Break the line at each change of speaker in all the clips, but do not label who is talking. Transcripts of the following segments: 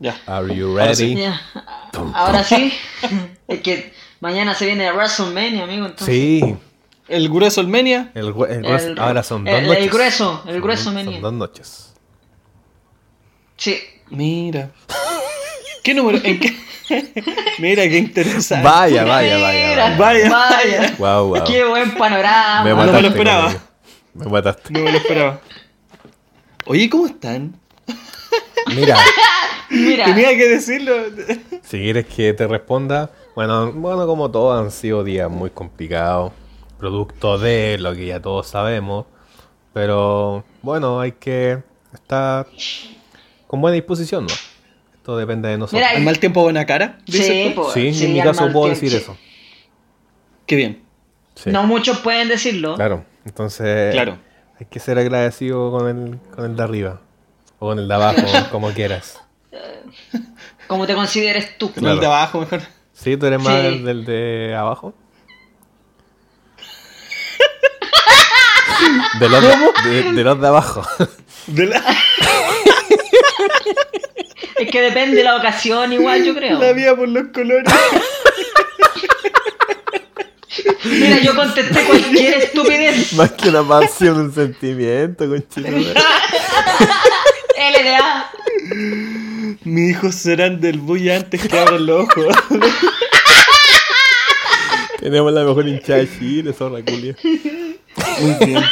Ya.
Are you ready?
Ya. Ahora sí. Es que mañana se viene WrestleMania, amigo. Entonces.
Sí,
El grueso Mania.
el, gu- el grueso.
El-
Ahora son dos
el- el
noches.
grueso, el
Son
grueso
dos-
menú.
Son dos noches.
Sí.
Mira. ¿Qué número? ¿En qué? Mira, qué interesante.
Vaya, vaya, vaya.
Mira,
vaya.
vaya.
vaya.
Wow, wow.
Qué buen panorama.
Me
No me lo
mataste.
esperaba.
Camilo. Me mataste.
No me lo esperaba. Oye, ¿cómo están?
Mira,
Mira.
Tenía que decirlo.
si quieres que te responda, bueno, bueno, como todos han sido días muy complicados, producto de lo que ya todos sabemos, pero bueno, hay que estar con buena disposición, ¿no? Esto depende de nosotros.
Mira,
Al mal tiempo, buena cara.
Sí,
dices tú?
po,
sí,
sí,
en mi
al
caso
mal
puedo
tiempo,
decir
sí.
eso.
Qué bien.
Sí.
No muchos pueden decirlo.
Claro, entonces
Claro.
hay que ser agradecido con el, con el de arriba o con el de abajo, como quieras.
Como te consideres tú.
Con El de
Claro.
abajo, mejor.
¿Sí? ¿Tú eres más
Sí.
del, del de abajo? De los de, de- de los de abajo.
De la,
Es que depende de la ocasión, igual yo creo.
la vía por los colores.
Mira, yo contesté cualquier estupidez.
Más que una pasión, un sentimiento, conchito.
LDA.
Mis hijos serán del bulla antes que abran los ojos.
Tenemos la mejor hinchada de Chile, zorra culia.
Muy bien.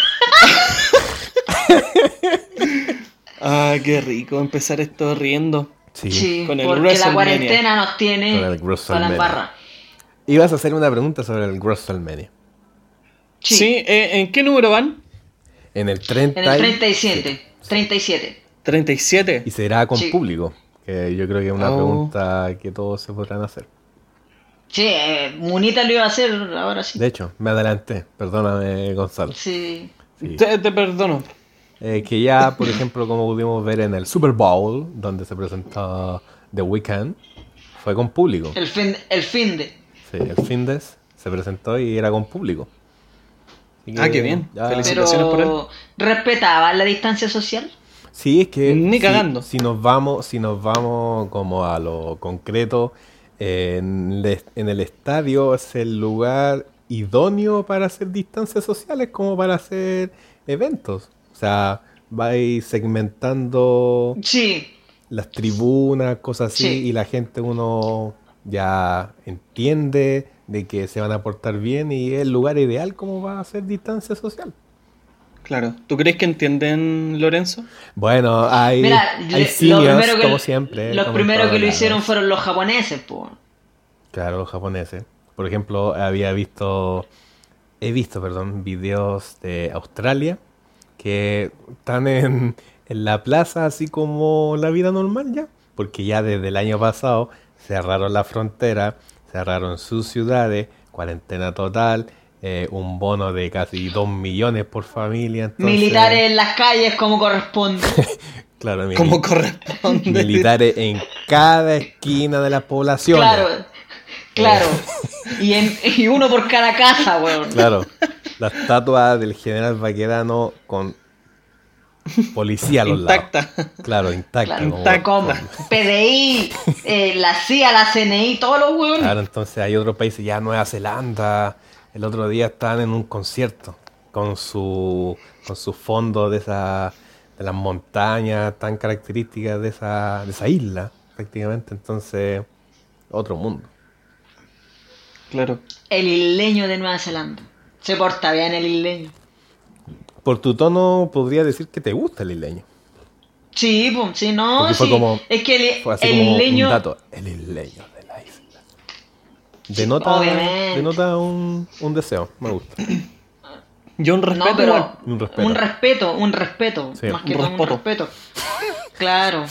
Ah, qué rico empezar esto riendo.
Sí.
Sí,
Con el
porque la
WrestleMania.
cuarentena nos tiene
Con el
para la
WrestleMania.
barra.
Ibas a hacer una pregunta sobre el WrestleMania.
Sí.
Sí, eh, ¿en qué número van?
En el 30
En el
y-
37. 37.
y
¿37?
será con
Sí.
público. Que yo creo que es una
Oh.
pregunta que todos se podrán hacer.
Sí, eh, Munita lo iba a hacer ahora sí.
De hecho, me adelanté. Perdóname, Gonzalo.
Sí.
Sí.
Te, te perdono.
Eh, que ya, por ejemplo, como pudimos ver en el Super Bowl, donde se presentó The Weeknd, fue con público.
El fin, el fin de.
Sí, el Findes se presentó y era con público. Así
Ah, qué bien.
ya-
Felicitaciones. Felicitaciones por él.
Pero respetaba la distancia social.
Sí, es que
Ni
si-
cagando.
Si, nos vamos, si nos vamos como a lo concreto, eh, en, el est- en el estadio es el lugar idóneo para hacer distancias sociales como para hacer eventos. O sea, vais segmentando
Sí.
las tribunas, cosas así,
Sí.
y la gente uno ya entiende de que se van a portar bien y es el lugar ideal como va a ser distancia social.
Claro. ¿Tú crees que entienden, Lorenzo?
Bueno, hay,
Mira,
hay
le- lo
simios,
primero que,
como siempre.
los
como en
primeros
todos
que lo
lados.
hicieron fueron los japoneses, po.
Claro, los japoneses. Por ejemplo, había visto, he visto, perdón, videos de Australia que están en, en la plaza así como la vida normal ya, porque ya desde el año pasado cerraron la frontera, cerraron sus ciudades, cuarentena total, eh, un bono de casi 2 millones por familia. entonces-
Militares en las calles como corresponde.
Claro, mili-
Como corresponde.
militares en cada esquina de la población.
Claro, claro. Y, en- y uno por cada casa, weón.
Eh. Claro, la estatua del general Baquedano con policía a los
Intacta.
lados. Claro, intacta.
Claro.
como-
Intacta.
Como PDI, eh, la CIA, la CNI, todos los weones.
Claro, entonces hay otros países, ya Nueva Zelanda, el otro día están en un concierto con su, con su fondo de, esa, de las montañas tan características de esa, de esa isla, prácticamente. Entonces, otro mundo.
Claro.
El isleño de Nueva Zelanda. Se porta bien el isleño.
Por tu tono, podría decir que te gusta el isleño.
Sí, pum, sí, no.
Porque fue
sí.
como-
es que el,
Fue así
el
como
isleño.
un dato. El isleño de la isla. Denota,
obviamente.
denota un, un deseo, me gusta.
Yo un respeto.
No, pero
igual.
Un respeto.
un respeto, un respeto,
Sí.
más que
Un
todo un
respeto.
respeto. Claro,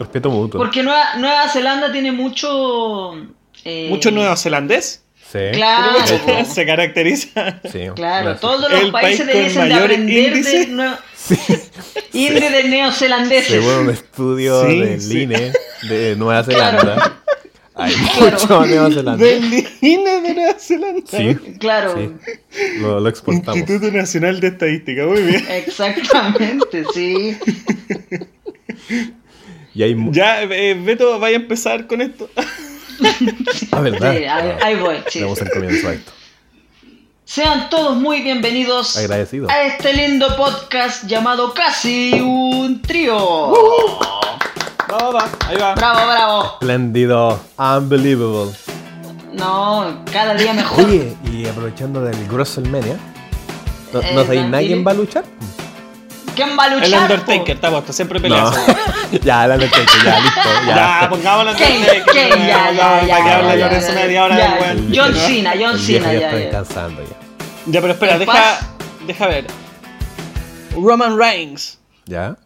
Respeto mutuo.
porque Nueva, Nueva Zelanda tiene mucho... eh, Ah,
Mucho neozelandés.
Sí.
Claro, po.
Se caracteriza.
Sí,
Claro,
gracias.
todos
El
los
país con
países debiesen de
mayor
aprender
índice.
de nue-
Sí,
índice de neozelandeses.
Según un estudio
Sí,
del
sí.
INE de Nueva Zelanda, hay muchos neozelandeses.
Del INE de Nueva Zelanda.
Sí,
Claro,
sí. Lo, lo exportamos.
Instituto Nacional de Estadística. Muy bien.
exactamente, sí.
Y hay mu-
Ya, eh, Beto, vaya a empezar con esto.
Ah, ¿verdad?
Sí, ahí,
Ah,
ahí voy, sí.
Damos el comienzo a esto.
Sean todos muy bienvenidos
Agradecido.
a este lindo podcast llamado Casi un Trío.
Uh-huh. Va, va, va, ahí va.
Bravo, bravo.
Espléndido. Unbelievable.
No, cada día mejor.
Oye, y aprovechando del WrestleMania, ¿no,
Eh,
¿no sabéis
Dan,
nadie
dile.
va a luchar?
¿Quién va a luchar?
El
po?
Undertaker, está puesto, siempre pelea.
No.
esa.
ya, la Undertaker, ya, listo. Ya.
Ya, pongamos el
Kane,
Undertaker.
Kane, ya, ya, ya,
Para que
ya,
hable
ya,
Lorenzo
ya,
media hora
ya,
del weón.
El-
John
el-
Cena, John
el viejo
Cena,
ya,
ya,
está
ya.
descansando ya.
Ya, pero espera,
El
deja,
Paz.
deja ver. Roman Reigns.
¿Ya?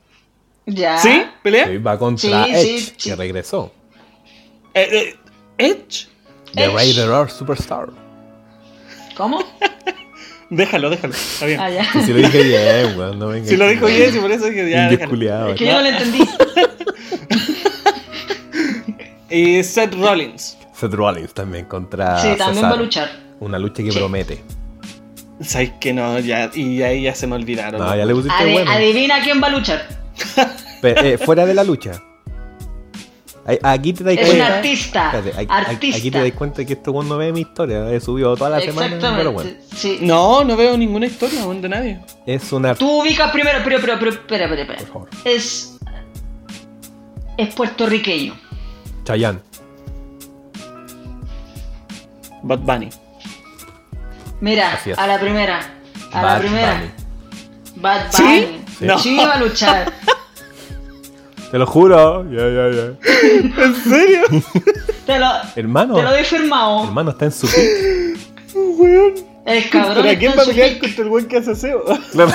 ¿Ya?
¿Sí? ¿Pelea?
Sí, va contra
Sí,
Edge,
sí, sí.
que regresó.
Eh, eh, Edge.
The
Edge.
Raider or Superstar.
¿Cómo?
Déjalo, déjalo. Está bien.
Ah, ya.
Que si lo dije bien, weón, no venga.
Si lo dijo
con-
Jesse, por eso dije ya.
Indios
déjalo.
culiados.
Es que yo no lo entendí.
Y Seth Rollins.
Seth Rollins también contra
Sí, también
Cesaro.
va a luchar.
Una lucha que
Sí.
promete.
Sabes que no, ya. Y ahí ya se me olvidaron.
No, ya le pusiste
Ade-
bueno.
Adivina quién va a luchar.
Pe- eh, fuera de la lucha. Ay, Aquí te das
Es un
cuenta.
artista,
Espérate, aquí-
artista.
Aquí te das cuenta que esto cuando no ve mi historia. He subido toda la semana. Pero bueno.
Exactamente. Sí.
No, no veo ninguna historia aún de nadie.
Es un artista.
Tú ubicas primero, pero, pero, pero, espera, espera, espera.
Por favor.
Es. Es puertorriqueño.
Chayanne.
Bad Bunny.
Mira,
Así es.
a la primera. A la
Bad
primera.
Bunny.
Bad
¿Sí?
Bunny.
Sí. No.
va a luchar.
Te lo juro. Ya, ya, ya.
¿En serio?
Te lo,
Hermano.
te lo doy firmado.
Hermano, está en su pick.
Weón.
El cabrón.
¿Pero a quién va
está
a
en su
pelear
pick
contra el weón que hace aseo?
Claro.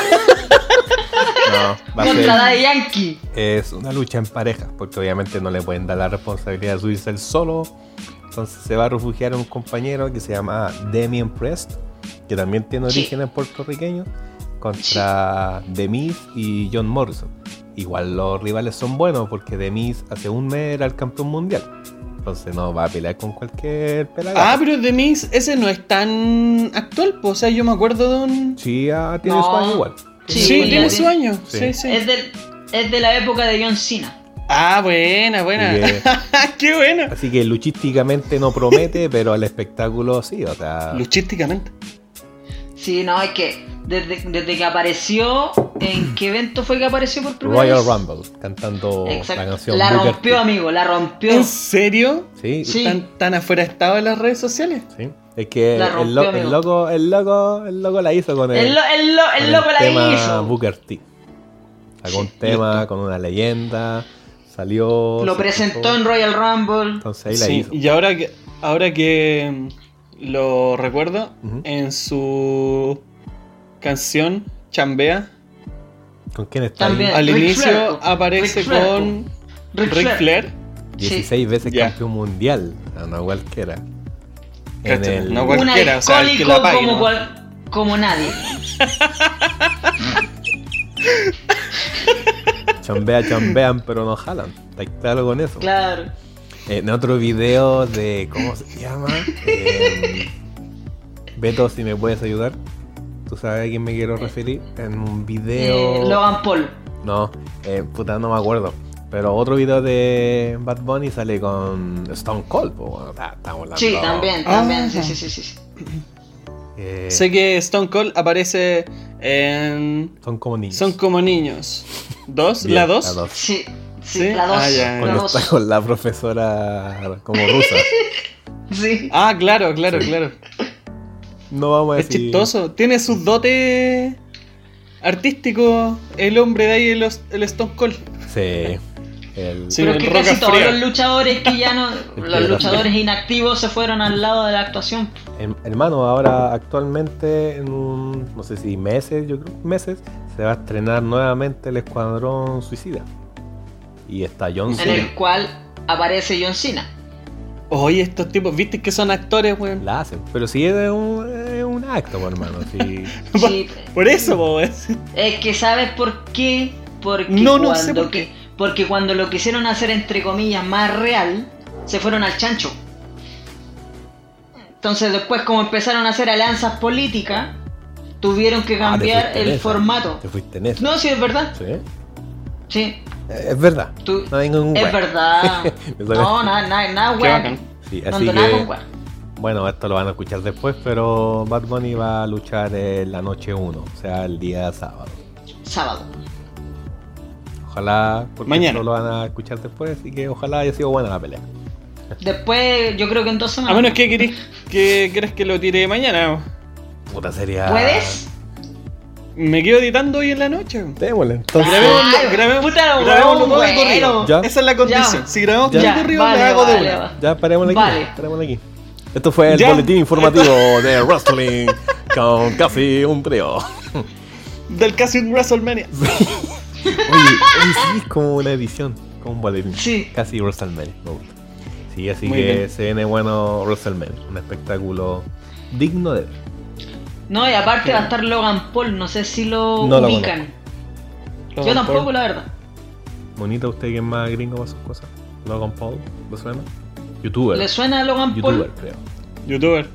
No, va a
Contra
ser.
Daddy Yankee.
Es una lucha en parejas, porque obviamente no le pueden dar la responsabilidad de subirse él solo. Entonces se va a refugiar un compañero que se llama Demian Prest, que también tiene
Sí.
orígenes puertorriqueños, contra Demis y John Morrison. Igual los rivales son buenos porque Demis hace un mes era el campeón mundial. Entonces no va a pelear con cualquier
Ah,
pelagato.
pero The Miz, ese no es tan actual. pues, O sea, yo me acuerdo de un.
Sí, ah, tiene
No.
su año igual.
Sí,
Sí,
tiene
tiene-
su año. Sí,
sí.
sí.
Es, del, es de la época de John Cena.
Ah, buena, buena. Ah,
Y, eh,
Qué buena.
Así que luchísticamente no promete, pero al espectáculo sí, o sea.
Luchísticamente.
Sí, no, es que desde, desde que apareció, ¿en qué evento fue que apareció por primera
Royal
vez?
Rumble cantando
Exacto.
la
La,
canción Booker
rompió,
T.
amigo, la rompió.
¿En serio?
Sí,
Sí.
¿Tan, tan afuera estaba en las redes sociales?
sí. Es que
La rompió,
el, lo- el
amigo.
loco, el loco, el loco la hizo con el,
El, lo- el lo- el
con
loco
el
la
tema
hizo.
Booker T. Sacó un
Sí,
tema con una leyenda, salió.
Lo
se
presentó
tocó.
en Royal Rumble.
Entonces ahí la
Sí,
hizo.
y ahora que, ahora que mm, lo recuerdo,
Ujú.
en su canción Chambea,
¿Con quién está? ahí?
También. Eh,
al
Ric
inicio
Flair, po.
aparece
Ric Flair,
con Ric
Ric Flair.
Flair.
16
Sí.
veces
Ya.
campeón mundial. No, no cualquiera. En
Cacha,
el-
no
Un
Cualquiera, o sea, el que
alcohólico
la pague,
como,
¿no?
cual- como nadie.
Chambea, chambean, pero no jalan. Está claro con eso.
Claro.
Eh, En otro video de. ¿Cómo se llama? Eh, Beto, si me puedes ayudar. ¿Tú sabes a quién me quiero referir? En un
Eh,
video.
Logan Paul.
No, eh, puta, no me acuerdo. Pero otro video de Bad Bunny sale con Stone Cold. po, bueno, ta- estamos hablando.
Sí, también,
Ah.
también. Sí, sí, sí, sí. sí.
eh,
Sé que Stone Cold aparece en
Son como niños.
Son como niños. ¿Dos?
Bien,
¿La dos?
la dos.
Sí, sí,
¿Sí?
la dos.
Ah, ya, ya.
la
Cuando
dos.
está con la profesora como rusa.
Sí.
Ah, claro, claro, claro.
No vamos a
Es
decir.
chistoso. Tiene
Mm.
sus dotes artísticos el hombre de ahí, el, os- el Stone Cold.
Sí. El,
Sí,
Pero
el
es que
Roca
casi todos
Fría.
los luchadores que ya no.
Piedra
los luchadores inactivos se fueron al lado de la actuación.
Herm- Em, Hermano, ahora actualmente, en un, no sé si meses, yo creo que meses, se va a estrenar nuevamente el Escuadrón Suicida. Y está John
En
Cena.
el cual aparece John Cena.
Oye, estos tipos, viste que son actores, weón.
La hacen. Pero si es un, es un acto, pues, hermano. sí.
Sí.
Por eso, po, weón.
Es que sabes por qué. Porque
No, no
cuando
sé por
que- porque cuando lo quisieron hacer entre comillas más real, se fueron al chancho. Entonces después como empezaron a hacer alianzas políticas, tuvieron que
Ah, te
cambiar
fuiste en
el
esa.
formato.
Te fuiste en eso.
No, sí es verdad.
Sí.
Sí.
Eh, Es verdad.
Tú-
No tengo
Uh,
ningún
Es
hueá.
verdad.
Me sale-
no, nada, nada, nada,
Qué
weón.
bacán.
Sí,
No
así
ando nada
que,
con weón.
bueno, esto lo van a escuchar después, pero Bad Bunny va a luchar en la noche 1, o sea, el día sábado.
Sábado.
Ojalá, porque
Mañana.
esto lo van a escuchar después, así que ojalá haya sido buena la pelea.
Después, yo creo que en dos
A
semanas.
menos Ah, que querís que quieras que lo tire mañana.
Puta sería.
¿Puedes?
Me quedo editando hoy en la noche.
Démosle, entonces.
Grabémoslo,
Ay,
grabémoslo,
puta, weón,
grabémoslo todo de
bueno.
corrido.
Ya.
Esa es la condición.
Ya.
Si grabamos
Ya.
todo de corrido,
Vale,
la hago de
vale,
una.
vale.
Ya, parémosle aquí.
Vale.
parémosle aquí. Esto fue el
Ya.
boletín informativo de Wrestling con casi un trío.
Del casi un WrestleMania.
Oye, oye, sí, es como una edición, como un boletín.
Sí.
Casi WrestleMania, me gusta. Sí, así
Muy
que
bien.
se viene bueno WrestleMania, un espectáculo digno de ver.
No, y aparte va a estar Logan Paul, no sé si lo
No lo
ubican. yo tampoco, la verdad.
Bonita usted que es más gringo para sus cosas. Logan Paul, ¿lo suena? Youtuber.
¿Le suena a Logan Paul?
Youtuber, creo.
Youtuber.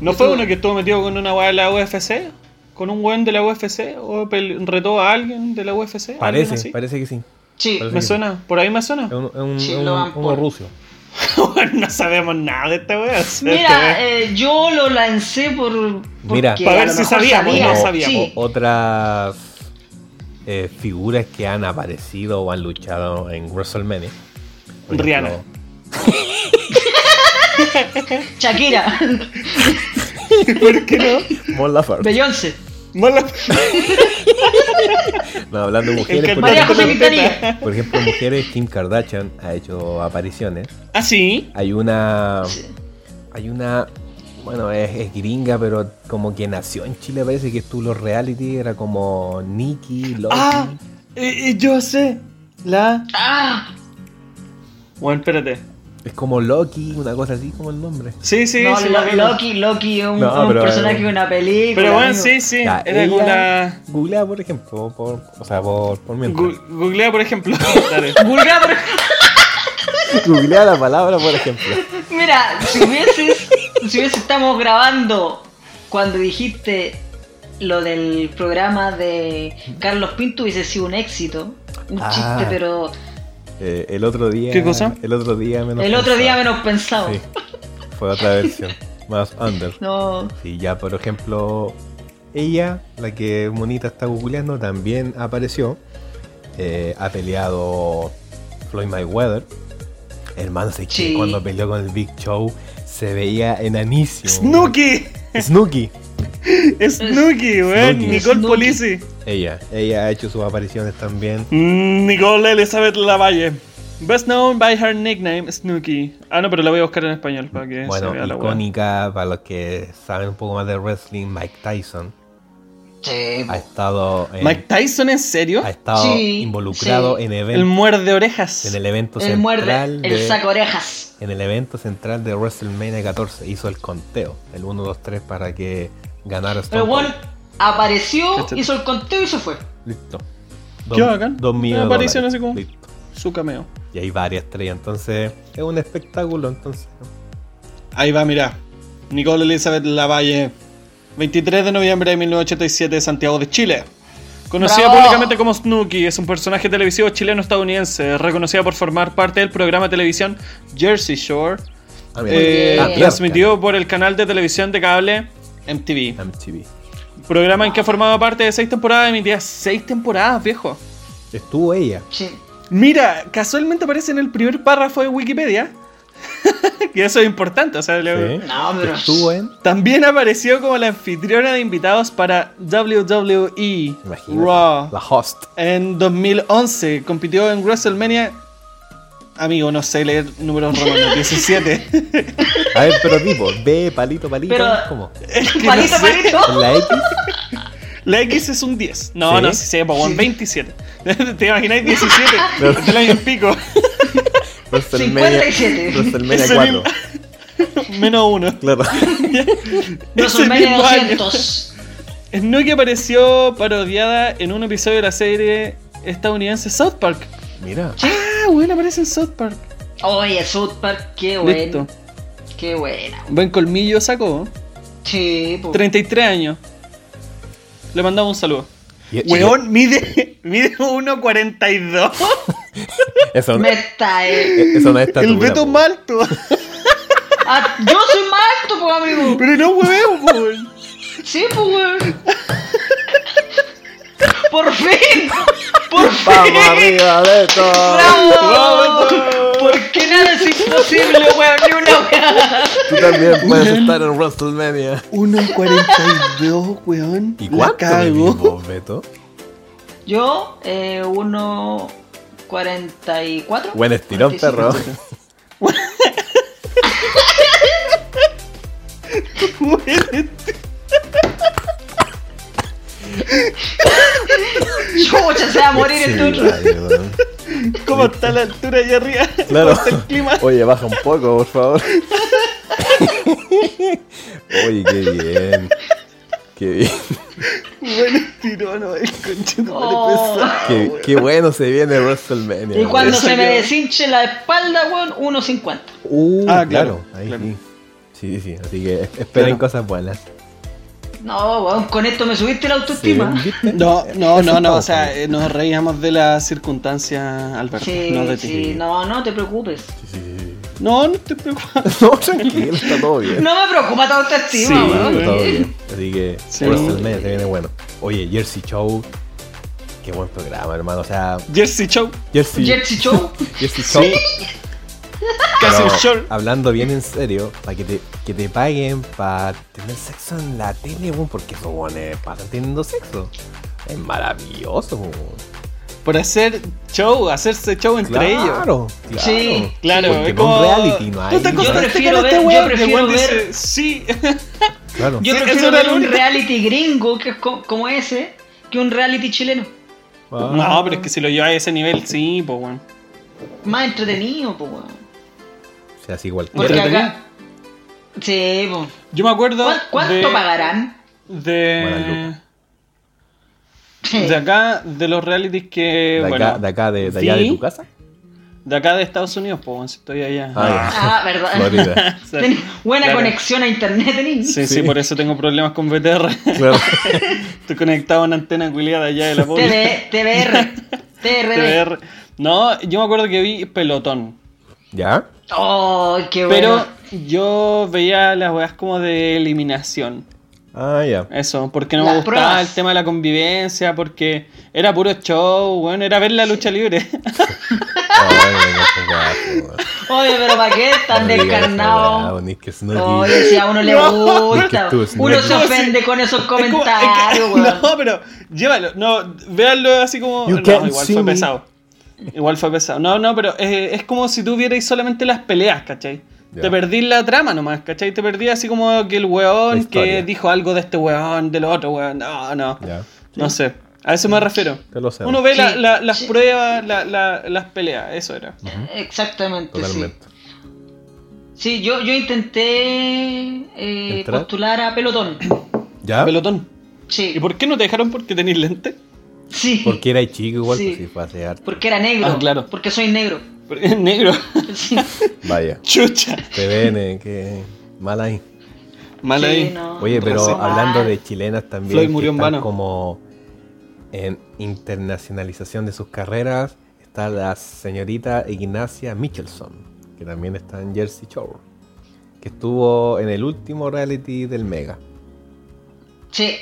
¿No fue
Youtuber.
uno que estuvo metido con una weá de la UFC? ¿Con un weón de la UFC? ¿O pel- retó a alguien de la UFC? ¿Alguien así?
Parece, parece que sí.
Sí.
Parece
Me
que
suena, por ahí me
sí. Es
suena.
un, es un,
Sí,
es un-
Logan
uno
Paul.
ruso.
no sabemos nada de este weón.
Mira, eh, yo lo lancé por. porque
Mira.
a
Para
ver
lo
si
mejor
sabíamos,
sabía.
no
Como
sabíamos.
Sí.
o- otras eh, figuras que han aparecido o han luchado en WrestleMania. Por ejemplo,
Rihanna.
Shakira,
¿Por qué no?
Mon Laferte.
Beyoncé,
Mala-
No, hablando de
El
mujeres, por
María
cantante
ejemplo,
José
trompeta.
Quintanilla.
por ejemplo, mujeres, Kim Kardashian ha hecho apariciones.
¿Ah, sí?
Hay una.
Sí.
Hay una. Bueno, es, es gringa, pero como que nació en Chile, parece que estuvo los reality, era como Nikki, Loki.
Ah, eh, eh, yo sé. La...
Ah,
Bueno, espérate.
Es como Loki, una cosa así como el nombre.
Sí, sí,
no,
sí.
Lo-
la veo.
Loki, Loki es un,
No,
un
pero-
personaje de una película.
Pero bueno,
amigo.
sí, sí.
Ya,
Era como la...
ella- Googlea, por ejemplo, por, o sea, por, por mientras.
Gu- Googlea, por ejemplo. Dale.
Vulgar, pero-
Googlea la palabra, por ejemplo.
Mira, si hubieses, si hubiese estamos grabando cuando dijiste lo del programa de Carlos Pinto hubiese sido un éxito, un
Ah.
chiste, pero
Eh, el otro día.
¿Qué cosa?
El otro día menos.
el otro día
pensado.
menos pensado.
Sí, fue otra versión. Más under.
No,
Sí, ya, por ejemplo, ella, la que Monita está googleando, también apareció. Eh, ha peleado Floyd Mayweather. Hermano, sé que
Sí.
cuando peleó con el Big Show se veía enanísimo.
Snooki.
Snooki.
Snooki, weón.
Snooki.
Nicole
Snooki.
Polisi.
Ella, ella ha hecho sus apariciones también.
Mm, Nicole Elizabeth Lavalle. Best known by her nickname, Snooki. Ah, no, pero la voy a buscar en español para que se vea la weá.
Bueno, icónica para los que saben un poco más de wrestling, Mike Tyson
sí,
ha estado, en-
Mike Tyson, ¿en serio?
ha estado
Sí,
involucrado
sí.
en
El
eventos,
muerde orejas.
en el evento
el muerde,
central
el
de-
saco orejas.
en el evento central de WrestleMania 14 hizo el conteo, el 1 2 3 para que ganara Stone
Pero bueno,
Cold.
apareció,
Este-
hizo el conteo y se fue.
Listo.
Qué
Dos-
bacán.
dos
Una
millones de
aparición
dólares.
así como-
Listo.
Su cameo.
Y hay varias estrellas, entonces es un espectáculo, entonces.
Ahí va, mira. Nicole Elizabeth Lavalle. 23 de noviembre de 1987, Santiago de Chile. Conocida
¡Bravo!
públicamente como Snooki, es un personaje televisivo chileno-estadounidense, reconocida por formar parte del programa de televisión Jersey Shore,
Ah, mira.
eh,
Ah, Clark.
transmitido por el canal de televisión de cable MTV.
MTV.
Programa en que ha formado parte de seis temporadas, emitía seis temporadas, viejo.
Estuvo ella.
Sí.
Mira, casualmente aparece en el primer párrafo de Wikipedia, que eso es importante, o sea, le-
Sí.
No, pero-
Estuvo en
También apareció como la anfitriona de invitados para WWE
Imagínate,
Raw
La host.
en 2011. Compitió en WrestleMania. Amigo, no sé leer números romanos. 17.
A ver, pero tipo, B, palito, palito,
Pero-
¿cómo?
que no
palito,
sé.
palito.
¿Con la X?
La X es un 10. No,
¿Sí?
no, si se llama
Sí.
27. ¿Te imagináis 17?
No.
Este año en pico.
WrestleMania
57.
WrestleMania
Es el
4.
Menos uno.
Claro.
Ese
WrestleMania
mismo año.
200.
Snooki apareció parodiada en un episodio de la serie estadounidense South Park.
Mira,
Ah, bueno, aparece en South Park.
Oye, South Park, qué bueno.
Listo.
Qué buena.
Buen colmillo sacó.
Sí, pues. po.
33 años. Le mandamos un saludo.
Y- y-
Weón, mide, mide 1.42.
Eso,
Me está, eh.
eso no es
El
estatura,
Beto
po.
es más alto.
Ah, yo soy más alto, pues, amigo.
Pero no hueveo, po, weón.
Sí, pues, weón. Por fin. Por fin.
¡Vamos arriba, Beto!
¡Bravo!
¡Vamos, Beto!
¿Por qué nada es imposible, weón? Ni una weá.
Tú también puedes estar en WrestleMania.
1.42, weón.
¿Y
La
cuánto medís
cago.
vos, Beto?
Yo, eh, uno. 44
Buen estirón,
45.
perro.
Weón,
Chucha, se va a morir este
Sí,
el turno.
ay, weón.
¿Cómo está la altura allá arriba?
Claro.
¿Cómo está el clima?
Oye, baja un poco, por favor. Oye, qué bien. Qué bien. Oh.
Buen tirón, no, el conche no
Oh.
vale
Qué,
pesado.
qué bueno se viene WrestleMania.
Y cuando
Eso
se me
yo-
deshinche la espalda, weón, 1.50.
Uh,
Ah,
claro.
claro,
Ahí
claro.
sí. Sí, sí, así que es- esperen
Claro.
cosas buenas.
No, weón, con esto me subiste la
Sí,
autoestima.
¿viste?
No, no, no, no, o sea,
Sí,
eh, nos reíamos de las circunstancias, Alberto,
Sí,
no de ti.
sí, no, no te preocupes.
sí, sí.
No, no te preocupes.
No, tranquilo, está todo bien.
No me preocupa tu autoestima,
Sí,
Ah,
güey.
está
weón.
todo bien. Así que
Sí.
WrestleMania se viene bueno. Oye, Jersey Show. Qué buen programa, hermano. O sea,
Jersey Show,
Jersey,
Jersey Show.
Jersey Show.
Sí. casi
Pero,
un short.
Hablando bien en serio, para que te, que te paguen para tener sexo en la tele, weón, porque esos weones pasan teniendo sexo. Es maravilloso, weón.
Por hacer show, hacerse show entre ellos.
Claro, claro.
Sí,
Claro,
Porque
es
no
como...
un reality, no hay.
¿Tú te
Yo
acostaste
prefiero
con
ver-
este
yo
weón?
prefiero
Y el weón
ver-
dice, sí.
Claro.
Yo
Sí, eso
prefiero
era
ver
lo
un
único.
reality gringo que es co- como ese que un reality chileno.
Ah.
No, pero es que si lo llevas a ese nivel, sí, pues weón.
Más entretenido, pues, weón.
O sea, así igual.
Porque
Entretenido.
acá. Sí, pues.
Yo me acuerdo
¿Cuán- ¿Cuánto
de,
pagarán?
de,
Guadalupe.
de acá, de los realities que,
De acá,
bueno,
de, acá de, de allá de
vi.
tu casa.
de acá de Estados Unidos, pues weón, si estoy allá.
Ah, verdad.
Florida.
O sea,
Ten- buena
claro.
conexión a internet, ¿eh? tenís.
Sí, sí,
Sí.
por eso tengo problemas con VTR.
Claro.
Estoy conectado a una antena culiada allá de la pobre.
TV, TVR. TRD.
TVR. No, yo me acuerdo que vi Pelotón.
¿Ya?
Oh, qué
Pero
bueno.
yo veía las weas como de eliminación.
Ah, ya.
Eso, porque no me
Las
gustaba
pruebas.
el tema de la convivencia, porque era puro show, bueno, era ver la lucha libre.
Ay, me cachaste, weón.
Oye, pero ¿para qué tan
No digas esa weá,
descarnado?
weón, ni que es no
Oye, si a uno le
No.
gusta,
Es que tú, sí.
uno se
No, sí.
ofende con esos
Es como- es que-
comentarios, weón.
No, pero llévalo. No, véanlo así como.
You
no,
can't
igual
see
fue
me.
pesado. Igual fue pesado. No, no, pero eh, es, como si tú vierais solamente las peleas, ¿cachai?
Ya.
Te perdí la trama nomás, ¿cachai? Te perdí así como que el
La
weón
historia.
que dijo algo de este weón, del otro weón. No, no.
Ya.
No sé. A eso me refiero.
Te lo sé.
Uno ve la- la- las
Sí.
pruebas, la- la- las peleas, eso era.
Exactamente,
Totalmente.
sí. Sí, yo, yo intenté eh,
¿Entrar?
postular a pelotón.
¿Ya?
Pelotón.
Sí.
¿Y por qué no te dejaron porque tenés lente?
Sí.
Porque era chico igual,
Sí.
pues sí, fue hace harto.
Porque era negro.
Ah, claro.
Porque soy negro.
Porque es negro.
Sí.
Vaya.
Chucha.
TVN, que eh, mal ahí.
Mal
Sí,
ahí.
no.
Oye, pero
Entonces-
hablando de chilenas también,
Floyd
que
murió en
están
vano.
como en internacionalización de sus carreras, está la señorita Ignacia Michelson, que también está en Jersey Shore, que estuvo en el último reality del Mega.
Sí.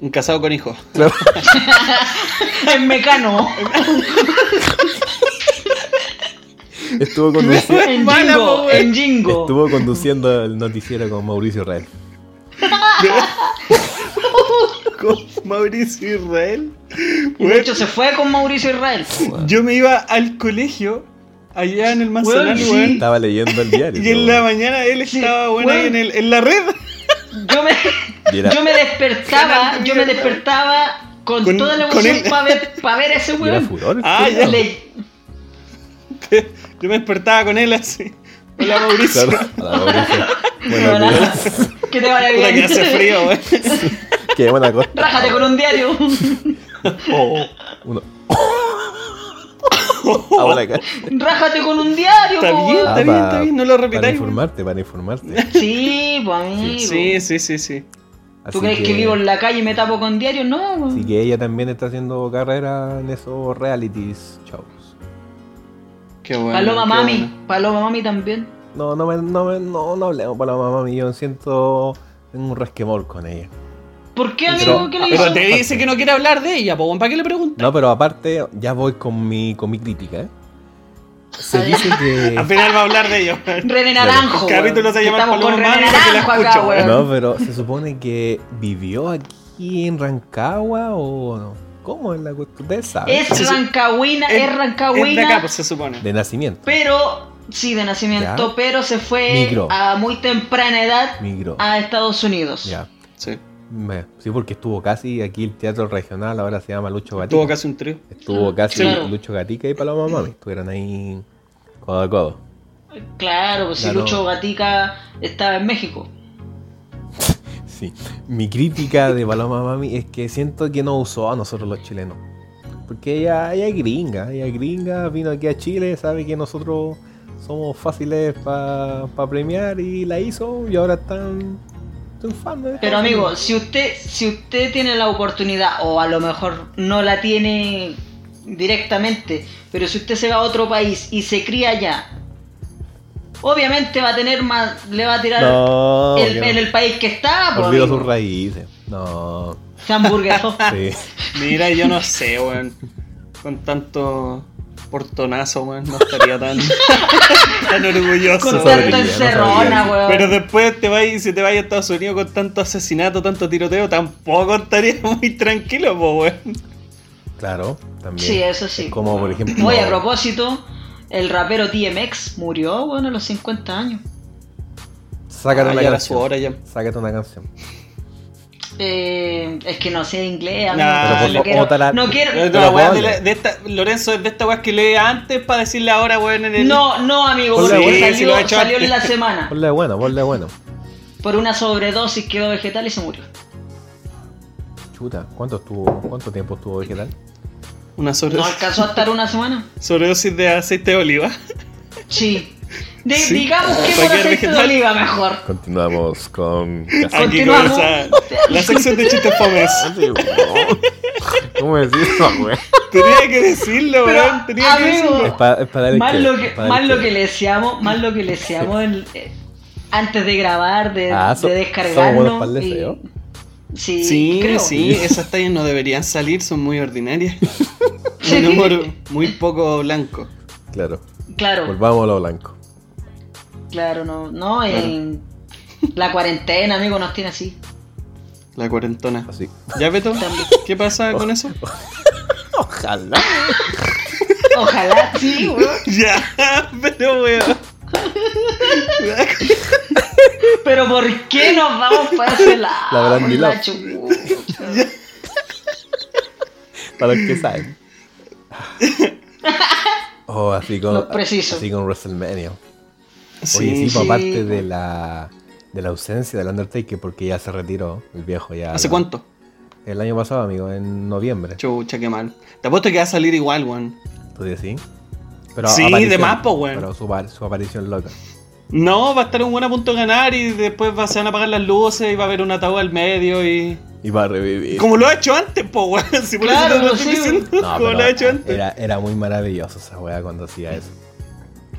Un casado con hijos.
Es mecano.
Estuvo, conduci-
en
Mala, po,
jingo.
weón.
En jingo.
estuvo conduciendo el noticiero con Mauricio Real.
con Mauricio Israel.
Y de hecho se fue con Mauricio Israel.
yo me iba al colegio allá en el Manzanal,
Weón, sí.
weón,
Estaba leyendo el diario.
Y en
weón.
la mañana él
Sí,
estaba bueno ahí en,
weón.
el- en la red.
Yo me,
Mira.
yo me despertaba, yo me despertaba con,
Con-
toda la
con
emoción
él.
para ver, pa' ver a ese
Y era
weón.
furor.
Ah, ya.
Le-
Yo me despertaba con él así. Hola Mauricio.
Claro. Hola, Mauricio. Buenos
Hola.
días.
Que te vaya
Puta
bien.
que hace frío, weón.
Qué buena cosa.
Rájate con un diario.
Uno. Ah, Ahora acá.
Rájate con un diario,
Está
po,
bien,
weón.
está bien, está bien, no lo
Ah, Para
repitáis. weón.
informarte, para informarte.
Sí, pues amigo.
Sí, sí, sí, sí.
Así
¿Tú crees que... vivo en la calle y me tapo con diario? No, weón.
Así que ella también está haciendo carrera en esos realities shows.
Qué bueno.
Paloma
qué
Mami,
bueno.
Paloma Mami también.
No, no, me- no, me- no, no hablemos para la mamá mía. Yo siento tengo un resquemor con ella.
¿Por qué,
Pero-
amigo? ¿Qué
ah,
le
Pero
hizo?
te dice que no quiere hablar de ella, po, weón, ¿para qué le preguntas?
No, pero aparte, ya voy con mi, con mi crítica, ¿eh? Se dice
Al
que.
final va a hablar de ello.
René Naranjo.
El capítulo
weón.
se llama
Estamos con
Paloma Mami, no
René
te la
Naranjo acá,
escucho,
weón.
No, pero se supone que vivió aquí en Rancagua o no. ¿Cómo es la cuestión? Ustedes saben.
Se
Es
su-
Rancagüina,
Es-
es
Es de
Rancagüina.
acá, pues se supone.
De nacimiento.
Pero, sí, de nacimiento,
Ya.
pero se fue
Migró.
a muy temprana edad
Migró.
a Estados Unidos.
Ya.
Sí.
Me- Sí, porque estuvo casi aquí el teatro regional, ahora se llama Lucho Gatica.
Tuvo casi un trío.
Estuvo casi
Claro.
Lucho Gatica y Paloma Mami. Estuvieron ahí codo a codo.
Claro, pues si
Claro.
Lucho Gatica estaba en México.
Sí. Mi crítica de Paloma Mami es que siento que no usó a nosotros los chilenos. Porque ella, ella es gringa, ella es gringa, vino aquí a Chile, sabe que nosotros somos fáciles para premiar y la hizo y ahora están triunfando. en
Pero
Estados
amigo,
Unidos.
si usted, si usted tiene la oportunidad, o a lo mejor no la tiene directamente, pero si usted se va a otro país y se cría allá, obviamente va a tener más, le va a tirar
No,
el-
que no.
en el país que está, pues,
olvidó
amigo. Ah.
sus raíces. No,
Se hamburguesó.
sí.
Mira, yo no sé, weón. Con tanto portonazo, weón, no estaría tan, tan orgulloso.
Con
No
weón.
sabría,
tanto
no
encerrona,
sabría.
weón.
Pero después te vas, y si te vas a Estados Unidos con tanto asesinato, tanto tiroteo, tampoco estaría muy tranquilo, po, weón.
Claro, también.
Sí, eso sí.
Como por ejemplo.
Oye, a propósito, el rapero TMX murió, bueno, a los 50 años.
Sácate
Ah,
una
ya era
canción.
su hora ya.
Sácate una canción.
Eh, es que no sé inglés, amigo.
Nah,
Pero por
no,
favor,
quiero,
ótala.
no quiero-
Pero
Te
la
la
weá
puedo
de la-
leer.
de esta- Lorenzo es de esta weá que lee antes para decirle ahora, weón, en el.
No, no, amigo,
Ponle
porque
buena.
salió,
Sí, lo ha hecho
salió en
antes.
la semana.
Ponle bueno, ponle bueno.
Por una sobredosis quedó vegetal y se murió.
Chuta, ¿cuánto estuvo? ¿Cuánto tiempo estuvo vegetal?
Una
¿No
sobredosis,
alcanzó a estar una semana?
sobredosis de aceite de oliva.
Sí. De-
Sí.
Digamos que
Para
por
quedar
aceite
vegetal.
de oliva mejor.
Continuamos con.
Aquí
Continuamos.
comienza la sección de chistes fomes.
¿Cómo decir eso, güey?
Tenía que decirlo,
Pero,
weón. Tenía que
amigo,
decirlo.
Es para darle
Más
que-
lo que,
es pa'
más
darle
lo que le deseamos, más lo que le deseamos el- eh, antes de grabar, de,
Ah,
de
so- somos buenos
descargarnos.
pa'l
y-
deseo.
sí,
Sí,
creo.
sí, esas tallas no deberían salir, son muy ordinarias. Un humor muy poco blanco.
Claro,
Claro,
volvamos a lo blanco.
claro, no, no, en la cuarentena, amigo, nos tiene así.
La cuarentona.
Así.
¿Ya, Beto? ¿Qué pasa con eso?
Ojalá.
Ojalá, sí, weón.
ya, pero weón.
Pero ¿por qué nos vamos para ese lado?
La gran Milán.
chucha?
Para los que saben. Oh, así con.
Lo preciso.
Así con WrestleMania. Oye, sí,
Sí.
pues,
sí.
aparte de la, de la ausencia del Undertaker, porque ya se retiró, el viejo ya.
¿Hace
la-
cuánto?
El año pasado, amigo, en noviembre.
Chucha, qué mal. Te apuesto que va a salir igual, weón.
¿Tú dices sí? Pero
Sí,
aparición-
de más, po, weón.
Pero su, par- su aparición loca.
No, va a estar un buen a punto de ganar y después va, se van a apagar las luces y va a haber un ataúd al medio y.
Y va a revivir.
Como lo ha hecho antes, po, weón. Si por eso
Claro,
te lo
sí,
estoy
weón.
diciendo.
No,
Como
pero eh,
lo ha hecho antes.
Era, era muy maravilloso esa weá cuando hacía eso.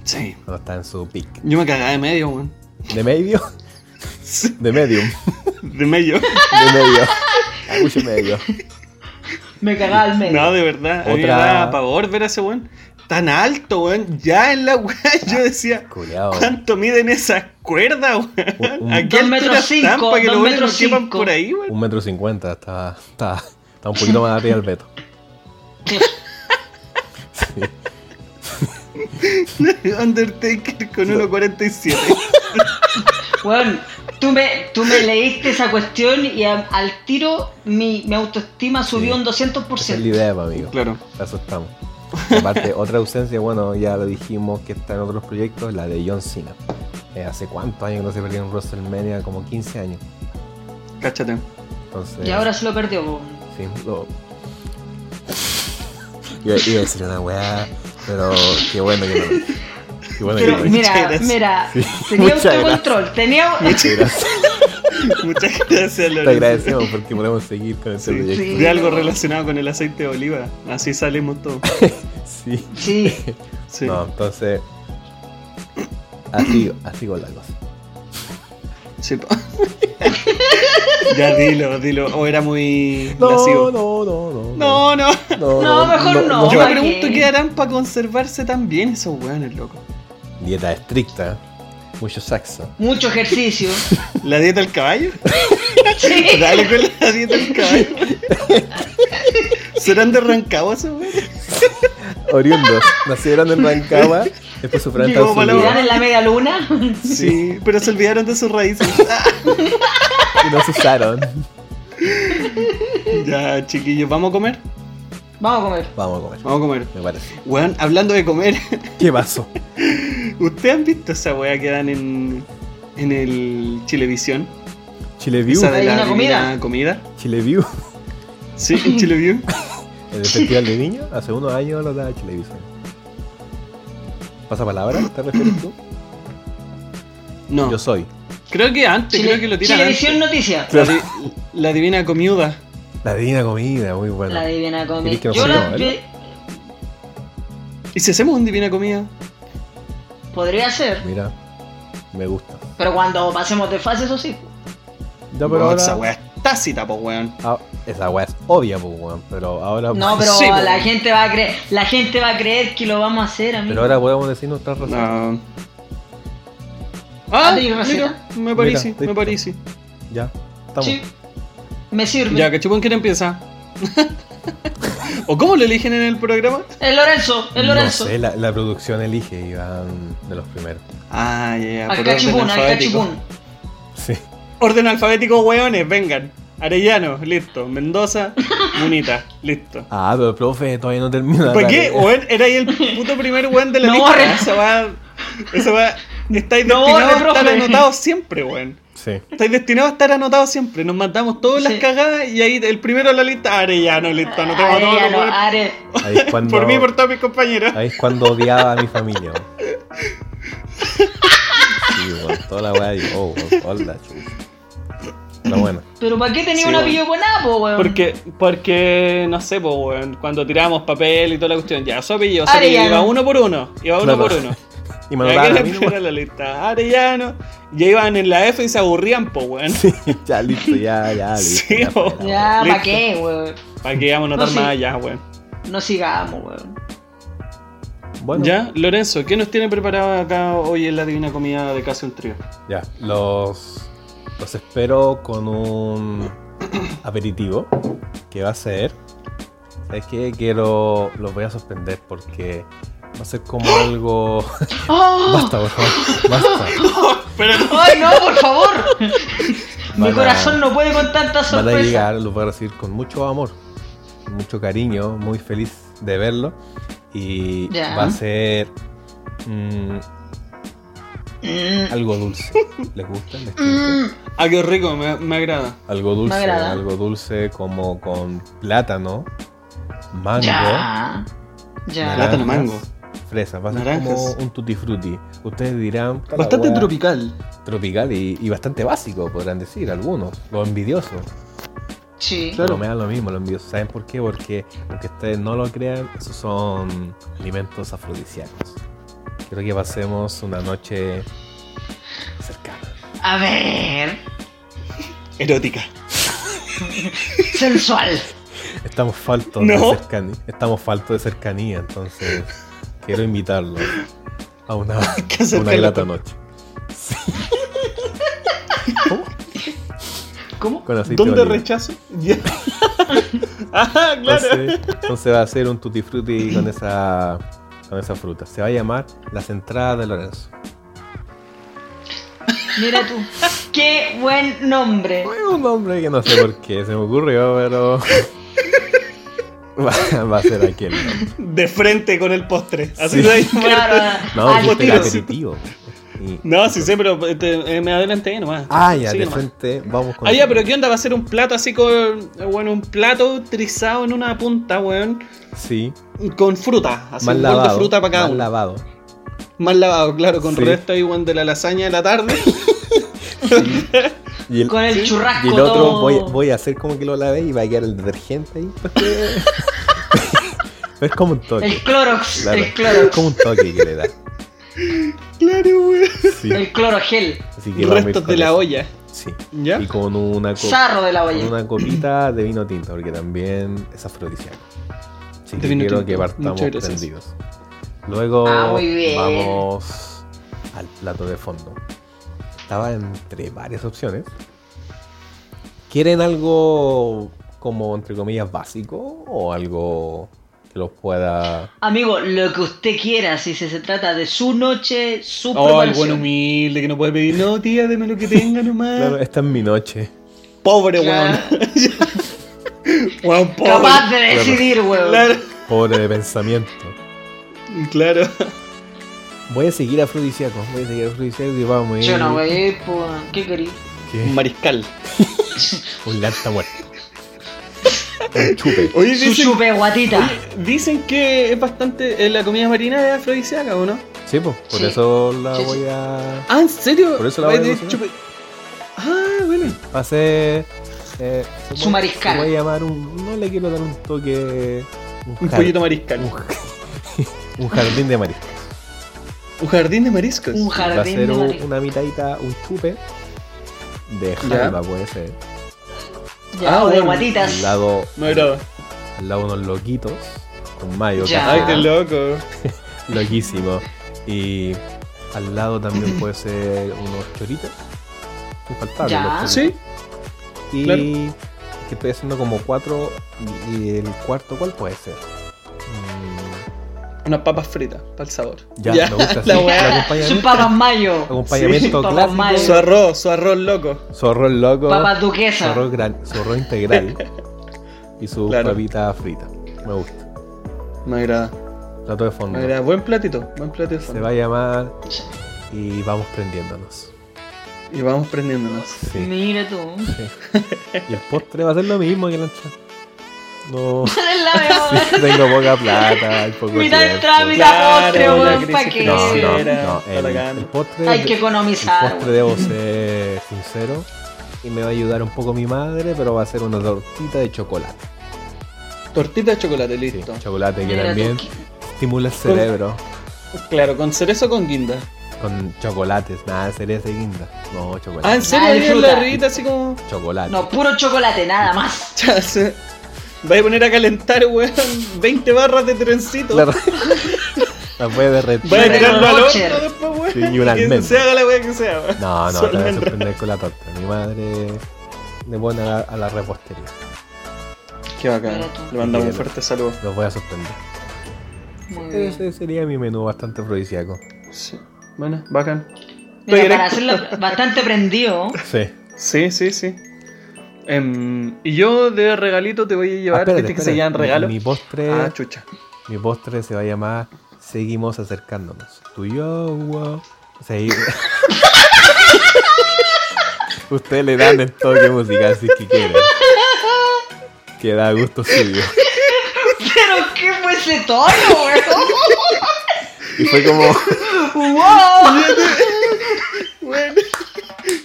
Sí.
Cuando estaba en su pick.
Yo me cagaba de medio, weón.
¿De medio? De medium.
De medio.
De medio. Mucho medio.
Me cagaba al medio.
No, de verdad. A mí me
Otra-
daba pavor ver a ese weón. Tan alto, weón. Ya en la weá yo decía,
Culeado.
¿cuánto miden esas cuerdas,
Un-
weón?
un-
¿A qué
Dos metros
altura
cinco,
están para que los
dos
weones no
metros
quepan
cinco.
por ahí, weón?
Un metro cincuenta. Estaba, estaba, estaba un poquito más arriba del Beto. Sí.
Undertaker con 1.47.
Weón, tú me, tú me leíste esa cuestión y a- al tiro mi, mi autoestima subió
Sí.
un
Esa es la
200%.
idea, pues, amigo.
Claro.
La asustamos. Aparte, otra ausencia, bueno, ya lo dijimos que está en otros proyectos, la de John Cena. Eh, ¿Hace cuántos años que no se perdió en WrestleMania? Como 15 años.
Cáchate.
Entonces,
Y ahora se lo perdió, po.
Sí, lo... Iba, iba a decir una weá, pero qué bueno que no. Qué bueno
Pero
que no.
muchas
mira,
gracias.
mira,
Sí,
tenía
muchas
autocontrol, tenía,
Muchas gracias.
Muchas gracias,
Te
Lorenzo.
agradecemos porque podemos seguir con este
Sí,
proyecto.
De algo relacionado con el aceite de oliva. Así salimos todos.
Sí.
Sí,
Sí.
No, entonces. Así, así con la cosa.
Sí, po. ya dilo, dilo. O era muy
No,
lascivo.
no, no, no.
No, no.
No, mejor no.
Yo me
¿para
pregunto
qué?
qué harán para conservarse tan bien esos weones, loco.
Dieta estricta. Mucho saxo.
mucho ejercicio.
¿La dieta del caballo?
Sí.
Dale con la dieta del caballo. ¿Serán de Rancagua esos weones?
Oriundos. Nacieron en Rancagua. Después sufrieron
Llegó
Estados
Paloma.
¿Miran
Unidos
en la media luna?
Sí, pero se olvidaron de sus raíces. Ah,
y nos usaron.
ya, chiquillos, ¿vamos a comer?
Vamos a comer.
Vamos a comer.
Vamos a comer.
Me parece.
Weón, hablando de comer,
¿Qué pasó?
¿ustedes han visto esa weá que dan en, en el Chilevisión?
Chileview.
Esa de
pues, ¿Hay
la
una
divina comida.
Chileview.
Sí, en Chileview.
El Festival de Niños hace unos años lo da Chilevisión. ¿Pasa palabra? ¿Te refieres tú?
No,
Yo soy.
creo que antes, creo que lo tiran
Televisión
antes.
Noticias.
La, di- la divina comida.
La divina comida, muy buena.
La divina
¿Querés que
comida.
nos
Yo la
pongamos a verlo?
vi-
¿Y si hacemos un divina comida?
podría ser,
Mira, me gusta.
pero cuando pasemos de fase, eso sí.
Ya,
No,
pero
Oh, Esa
ahora,
weá es tácita, po weón.
ah, esa weá es obvia, pues, weón. Pero ahora,
No, pero
Sí,
la
bueno.
gente va a creer, la gente va a creer que lo vamos a hacer, amigo.
pero ahora podemos decir nuestras razones.
No. Ah,
¿tenés
mira,
receta?
me parece,
Mira,
me
listo.
parece.
Ya, estamos.
Sí. Me sirve.
Ya, cachupón, ¿quién empieza? ¿O cómo lo eligen en el programa?
El Lorenzo, el
no
Lorenzo.
sé, la, la producción elige y van de los primeros.
Ah, ya,
al
por orden
cachipún, al
alfabético.
cachipún.
Sí.
Orden alfabético, weones, vengan. Arellano, listo. Mendoza, Munita, listo.
Ah, pero profe, todavía no termina.
¿Por
la
qué?
tarea.
Weón, era ahí el puto primer weón de la
No,
lista.
re-
Esa va. Esa va. Estáis
No,
destinados
re,
a estar
profe.
anotados siempre, weón.
Sí.
Estáis destinados a estar anotados siempre. Nos matamos todas las
Sí.
cagadas y ahí el primero de la lista. Arellano, listo. Anotamos a todos los
Arellano,
weones.
Ah, Are-
Ahí es cuando,
Por mí y por todos mis compañeros.
ahí es cuando odiaba a mi familia. weón. Sí, weón, toda la weá digo, oh, weón, hola, chucha. Pero bueno,
Pero ¿para qué tenía
Sí,
una
bueno.
pillo buena, po, weón?
Porque, porque, no sé, pues, weón, cuando tiramos papel y toda la cuestión, ya, su apellido, su apellido,
Arellano.
iba uno por uno, iba uno
Claro.
por uno.
y
Y
me lo
aquí
daba
era
la
el primero
misma.
de la lista, Arellano, ya iban en la F y se aburrían, pues, weón.
Sí, ya listo, ya, ya, listo.
Sí,
ya,
weón.
fue la weá.
Ya, ¿para
Listo.
qué, weón?
Para que íbamos a notar
No, sí.
más allá, weón.
No sigamos, weón.
pues. Bueno,
Ya, Lorenzo, ¿qué nos tiene preparado acá hoy en la Divina Comida de Casi un Trío?
Ya, los, los espero con un aperitivo que va a ser. ¿Sabes qué? Quiero. Los voy a sorprender porque va a ser como algo.
¡Oh!
Basta, por favor. Basta.
Pero
¡Ay, no, por favor! Mi
Van a-
corazón no puede con tanta
Van a
sorpresa.
llegar, los voy a recibir con mucho amor, mucho cariño, muy feliz de verlo. Y
Ya.
va a ser. mm,
Mm,
algo dulce. ¿Les gusta? ¿Les tinca?
mm.
Ah, qué rico, me, me agrada.
Algo dulce,
agrada.
algo dulce como con plátano, mango,
Ya. Ya.
Naranjas,
Plátano, mango.
fresas, va a ser
Naranjas.
como un tutti frutti. Ustedes dirán "Puta la
Bastante
wea,
tropical.
tropical y, y bastante básico, podrán decir algunos, los envidiosos.
Sí.
Claro.
Pero me da lo mismo, los envidiosos. ¿Saben por qué? Porque aunque ustedes no lo crean, esos son alimentos afrodisíacos. Creo que pasemos una noche cercana.
A ver.
Erótica.
Sensual.
Estamos faltos
No.
de cercanía. Estamos faltos de cercanía, entonces quiero invitarlos a una,
que
a una grata noche. Sí. ¿Cómo?
¿Cómo?
Con aceite
¿Dónde
de oliva.
rechazo? Ya. ah, claro.
Entonces, entonces va a ser un tutti frutti con esa con esa fruta. Se va a llamar las entradas de Lorenzo.
Mira tú. Qué buen nombre.
Es un nombre que no sé por qué se me ocurrió, pero va, va a ser aquel. nombre.
De frente con el postre. Así
Sí.
lo hay.
Claro.
No,
al
dijiste que
tiro.
aperitivo. Y-
No, sí sé, pero este, eh, me adelanté ahí nomás.
Ah, ya,
Sí,
de
nomás.
frente vamos con.
Ah, ya, pero ¿qué onda? Va a ser un plato así con. Bueno, un plato trizado en una punta, weón.
Sí,
Con fruta. Así Ah, un
más
bol
lavado.
de fruta para cada
más
uno.
lavado.
Más lavado, claro, con
Sí.
resto ahí, weón, de la lasaña de la tarde.
Y el,
Con el
sí,
churrasco
Y el otro
todo.
voy, voy a hacer como que lo lavé y va a quedar el detergente ahí. porque- es como un toque.
El Clorox,
claro.
el Clorox,
Es como un toque que le da.
Claro, weón.
Sí.
el Clorogel,
Así que vamos a ir
Restos
con
de la
eso.
olla.
Sí.
¿Ya?
Y con una, co-
sarro de la
con
olla.
una copita de vino tinto, porque también es afrodisíaco. Así
De
que
vino
quiero
tinto.
que partamos
Muchas gracias.
prendidos. Luego
Ah, muy bien.
vamos al plato de fondo. Estaba entre varias opciones. ¿Quieren algo como entre comillas básico o algo que los pueda...
Amigo, lo que usted quiera, si se, se trata de su noche,
Oh,
su
el buen
preparación.
humilde que no puede pedir. No, tía, deme lo que tenga nomás.
Claro, esta es mi noche.
Pobre,
Claro.
weón. Weón, pobre.
Capaz de
Claro.
decidir, weón.
Claro.
Pobre de pensamiento.
Claro.
Voy a seguir afrodisíaco, voy a seguir afrodisíaco y vamos a ir...
Yo no, weón, pues, ¿qué querí?
¿Qué?
Un mariscal.
Un lata muerto. Un chupe.
Oye,
Su
dicen,
chupe guatita.
dicen que es bastante. eh, la comida marina es afrodisíaca, ¿o no?
Sí, pues, por
Sí.
eso la
Sí, sí.
voy a.
Ah, ¿en serio?
Por eso la
Ay,
voy a
de
cocinar.
chupe- Ah, bueno.
Hacer. eh, se
Su
puede-
mariscal.
se Voy a llamar un. No le quiero dar un toque.
Un
jar-
pollito mariscal.
Un, un jardín de marisco.
Un jardín de mariscos.
Un
Va a
jardín
ser
de
un-
marisco.
una mitadita, un chupe. De jalba, puede ser.
Ya,
Ah,
o de
bueno.
guatitas.
Al lado.
Me agrada.
Al lado unos loquitos. Con mayo.
Ya.
café,
Ay, qué loco.
Loquísimo. Y. Al lado también puede ser unos choritos. Infaltables.
Ya.
los choritos.
Sí,
Y
Claro.
que estoy haciendo como cuatro. y- Y el cuarto, ¿cuál puede ser? Mm,
unas papas fritas, para el sabor.
ya, me gusta así.
la
el
weá.
Sus
acompañamiento,
papas mayo.
Sí,
acompañamiento
papas
clásico.
mal.
Su arroz, su arroz loco.
Su arroz loco.
Papas
Su
duquesas.
arroz, gran- su arroz integral. y su
Claro.
papita frita. Me gusta.
Me agrada.
Plato de fondo.
Me agrada. Buen platito, buen platito.
Se va a llamar y vamos prendiéndonos.
Y vamos prendiéndonos.
Sí.
Mira tú.
Y el postre va a ser lo mismo que la entrada. No.
Es la mejor.
Tengo poca plata. hay poco
Mitad
tiempo.
entrada, mitad postre,
la
weón,
crisis
pa' qué.
No,
financiera,
no, no.
está
El,
la
el
cagando.
postre.
Hay que
El
economizar,
postre
weón.
debo ser sincero y me va a ayudar un poco mi madre, pero va a ser una tortita de chocolate.
Tortita de chocolate,
Sí,
listo.
chocolate que
Mira tú,
también
qué-
estimula el cerebro.
Claro, con cerezo o con guinda.
Con chocolates, nada de cereza y guinda. No, chocolate.
Ah, ¿en serio?
Ah,
Ahí en la
fruta.
rita así como...
Chocolate.
No, puro chocolate, nada más.
Ya sé. Vais a poner a calentar, weón, 20 barras de trencito.
La, la puede derretir.
Voy a
Pero
tirarlo al
Rocher.
horno después, weón.
Sí, y una
que
almendra.
se haga la weá que sea. weón.
No,
Su
no, te voy a
almendra.
sorprender con la torta. Mi madre me pone a la, a la repostería.
Qué bacán.
Mira tú.
Le mandamos un fuerte saludo.
Los voy a sorprender.
Muy
Eh.
bien.
Ese sería mi menú bastante afrodisíaco.
Sí. Bueno, bacán.
Mira,
Estoy
para
erecto.
hacerlo bastante prendido.
Sí.
Sí, sí, sí. Em, y yo de regalito te voy a
Ah,
llevar,
espérate,
viste que
espérate.
se llaman
Mi-
regalos.
Mi postre.
Ah, chucha.
Mi postre se va a llamar Seguimos acercándonos. Tú y yo, wow. Segui- Ustedes le dan el toque musical si es que quieren. Que da gusto suyo.
Pero qué fue ese tono, weón.
Y fue como.
wow.
Bueno,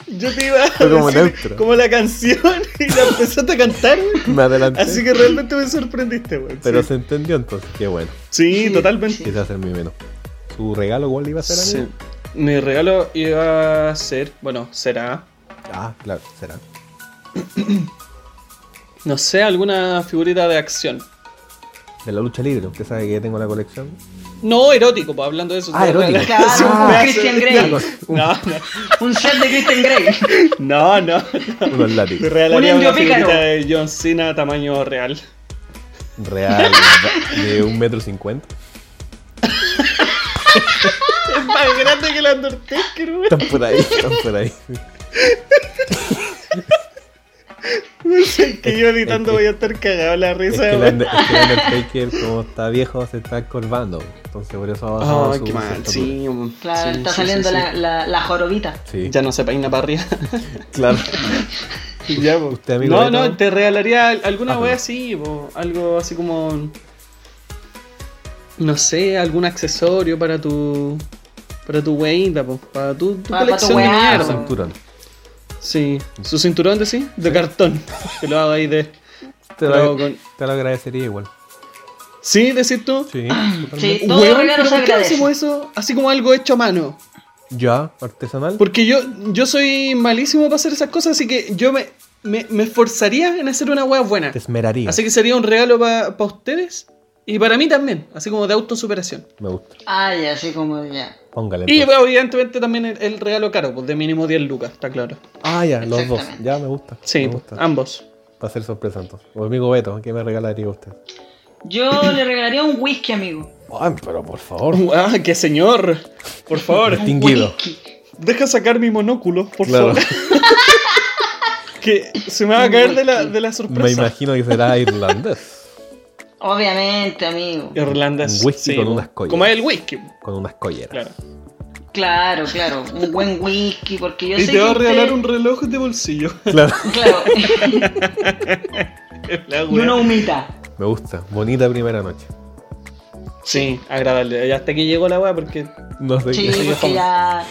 yo te iba a
Fue como
decir
neutro.
como la canción y la empezaste a cantar, güey.
Me adelanté.
Así que realmente me sorprendiste, güey.
Pero
sí.
se entendió entonces. Qué bueno.
Sí,
Sí,
totalmente.
Ese va a ser mi menú. ¿Su regalo cuál iba a ser
Sí.
amigo?
Mi regalo iba a ser, bueno, será,
Ah, claro, será.
no sé, alguna figurita de acción.
De la lucha libre. Usted sabe que yo tengo la colección.
No erótico, pues, hablando de eso.
Ah,
sí,
erótico.
sí,
Claro,
un
un
pedazo
Christian
de-
Grey.
No, no.
Un set de Christian Grey.
No, no, no.
Unos
Te
látigos.
regalaría
Un indio
una figurita
pícaro.
de John Cena tamaño real.
Real. De un metro cincuenta.
Es más grande que el Undertaker, güey.
Están por ahí, están por ahí.
Que yo editando voy a estar cagado la
Es
risa,
que el
güey.
Under- es que el Undertaker, como está viejo, se está encorvando. Entonces, por eso ha bajado
Ay, Oh, Ah,
su-
qué
su
mal,
estatura.
sí. um,
Claro,
sí,
está
sí,
saliendo
sí,
La, la, la jorobita.
Sí.
sí. Ya no se peina para arriba.
claro.
ya, po.
pues, ¿Usted, amigo
no,
Beto?
no, te regalaría al- alguna
Ah,
wea
perdón.
así, po. algo así como. No sé, algún accesorio para tu. Para tu weita, po. Para tu, tu
Para- para tu
colección
weá,
de
El
mierda.
cinturón.
Sí. Su cinturón de sí, de cartón. Que lo hago ahí de.
Te
Pero
lo,
con-
te lo agradecería igual.
¿Sí, decís tú?
Sí.
Sí, todo
Weón,
regalo
¿pero
se
por qué
agradece.
hacemos eso así como algo hecho a mano?
Ya, artesanal.
Porque yo, yo soy malísimo para hacer esas cosas, así que yo me, me, me esforzaría en hacer una hueá buena.
Te esmeraría.
Así que sería un regalo para ustedes y para mí también, así como de autosuperación.
Me gusta.
Ah, ya, así como ya.
Póngale.
Y
entonces.
evidentemente también el, el regalo caro, pues de mínimo 10 lucas, está claro.
Ah, ya, los dos.
Exactamente.
Ya me gusta.
Sí,
me
pues,
gusta.
ambos.
Va a ser sorpresa entonces. O amigo Beto, ¿qué me regalaría usted?
Yo le regalaría un whisky, amigo.
Ay, pero por favor.
Ah, qué señor. Por favor,
Distinguido.
Whisky.
deja sacar mi monóculo, por
Claro.
favor. Que se me va a caer de la, de la sorpresa.
Me imagino que será irlandés.
Obviamente, amigo.
Irlanda es-
Un whisky con unas collas.
Como es el whisky,
Con unas colleras.
claro.
Claro, claro. Un buen whisky, porque yo
Y
sé
te va a
que usted-
regalar un reloj de bolsillo.
Claro.
Claro.
La
y
wea.
una humita.
Me gusta. Bonita primera noche.
Sí, agradable. Y hasta que llegó la weá porque.
No sé
Sí,
qué.
porque ya.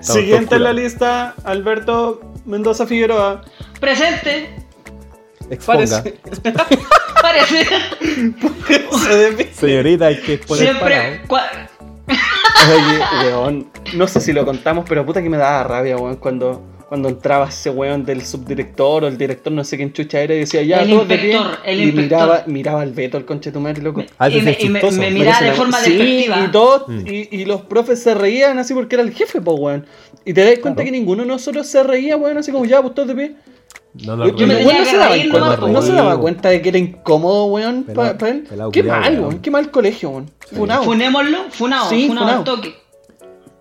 Siguiente en la
oscura.
lista, Alberto Mendoza Figueroa.
Presente.
Exponga.
Parece.
Parece.
Se debe-
Señorita, hay que exponer
Siempre.
parado.
cua-
Oye, weón. No sé si lo contamos, pero puta que me daba rabia, weón, cuando. Cuando entraba ese weón del subdirector o el director, no sé quién chucha era, y decía, ya,
El
todos de pie.
inspector, el
y
inspector.
miraba, miraba al Beto, el conchetumare, loco.
Ah, ese
y me,
es
y me-
chistoso.
me
Parece
miraba de
una-
forma
sí,
despectiva.
Y, todos,
Mm.
y, y los profes se reían así porque era el jefe, pues, weón. Y te das cuenta
Claro.
que ninguno de nosotros se reía, weón, así como ya, pues todos de pie.
No,
Yo- yo
me
me-
tenía
weón, no
que
se daba
reír
cuenta-
nomás,
no se
weón.
daba cuenta de que era incómodo, weón, pa-
Pelado-
para él.
pelado
qué
culiao,
mal, weón.
weón.
qué mal colegio, weón. Funado.
Funémoslo. Funado.
Sí,
funado al
funao.
toque.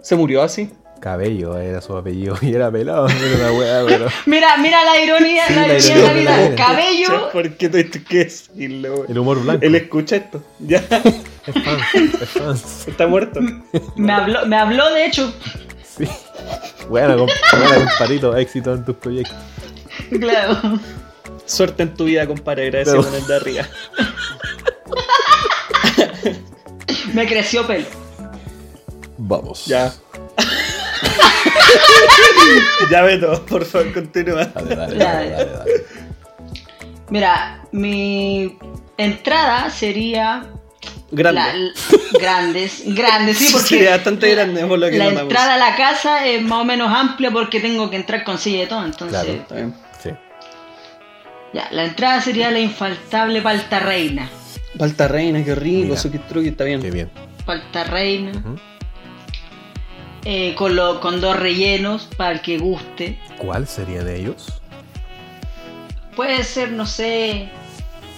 Se murió así.
Cabello era su apellido y era pelado. Era una weá, pero.
Mira, mira la ironía,
Sí,
la
la
ironía de la
ironía,
vida.
la-
Cabello.
¿Por qué tuviste que decirlo, weón?
El humor blanco.
Él escucha esto. Ya,
Es fans. Es fans.
está muerto.
Me habló, me habló de hecho.
Sí. Bueno, compadre, compadrito, éxito en tus proyectos.
Claro.
Suerte en tu vida, compadre. Agradecido
Pero-
con el de arriba.
Me creció pelo.
Vamos.
Ya. ya, Beto, por favor, continúa.
Dale, dale,
dale,
dale,
dale,
dale,
Mira, mi entrada sería
Grande.
La- l- grandes, grandes, sí, porque
Sería bastante grande, por lo que
la
notamos.
entrada a la casa es más o menos amplia porque tengo que entrar con silla de todo, entonces
Claro.
Está bien.
Sí.
ya, la entrada sería la infaltable palta reina.
Palta reina, qué rico,
Mira.
su truqui, está bien.
Qué bien.
Palta reina,
Ujú.
eh, con, lo- con dos rellenos para el que guste.
¿Cuál serían ellos?
Puede ser, no sé,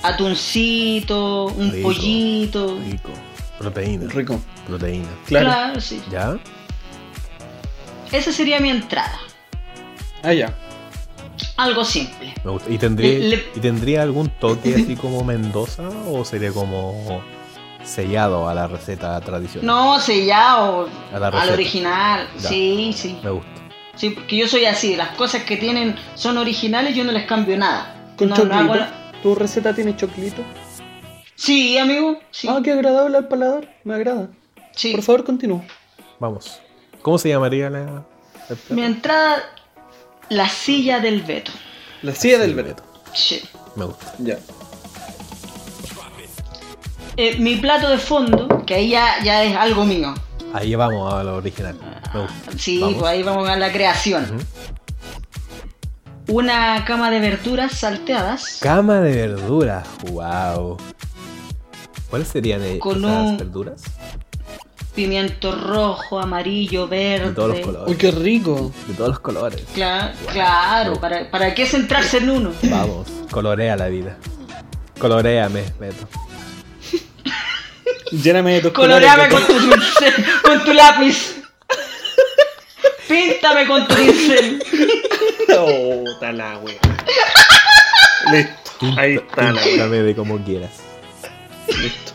atuncito, un
Rico.
pollito.
Rico. Proteína.
Rico,
Proteína.
claro.
Claro, sí.
¿Ya?
Esa sería mi entrada.
Ah, ya.
Algo simple.
Me gusta. ¿Y tendría,
Le- le-
¿Y tendría algún toque así como Mendoza o sería como sellado a la receta tradicional?
No, sellado,
A la
al
receta.
original.
Ya.
Sí, sí.
Me gusta.
Sí, porque yo soy así, las cosas que tienen son originales, yo no les cambio nada.
Con
no, no
choclito.
hago la-
¿Tu receta tiene choclito?
Sí, amigo, sí.
Ah, qué agradable al paladar. Me agrada.
sí.
Por favor, continúa.
Vamos. ¿Cómo se llamaría la.? el plato?
Mi entrada, la silla del Beto.
La silla del Beto.
Sí.
Me gusta.
Ya.
Eh, mi plato de fondo, que ahí ya, ya es algo mío.
Ahí vamos a lo original. Me gusta.
Sí,
Vamos.
pues ahí vamos a la creación.
Ujú.
Una cama de verduras salteadas
Cama de verduras, wow. ¿Cuáles serían eh,
Con
esas
un-
verduras?
pimiento rojo, amarillo, verde.
De todos los colores.
Uy, qué rico.
De todos los colores.
Cla- claro, ¿para, ¿para qué centrarse en uno?
Vamos, colorea la vida. Coloreame, Beto.
Lléname de tus
Coloreame
colores,
con tu pincel, con tu lápiz. Píntame con tu pincel.
Beto. Oh, está la wea. Listo. Ahí está la wea.
Píntame de como quieras.
Listo.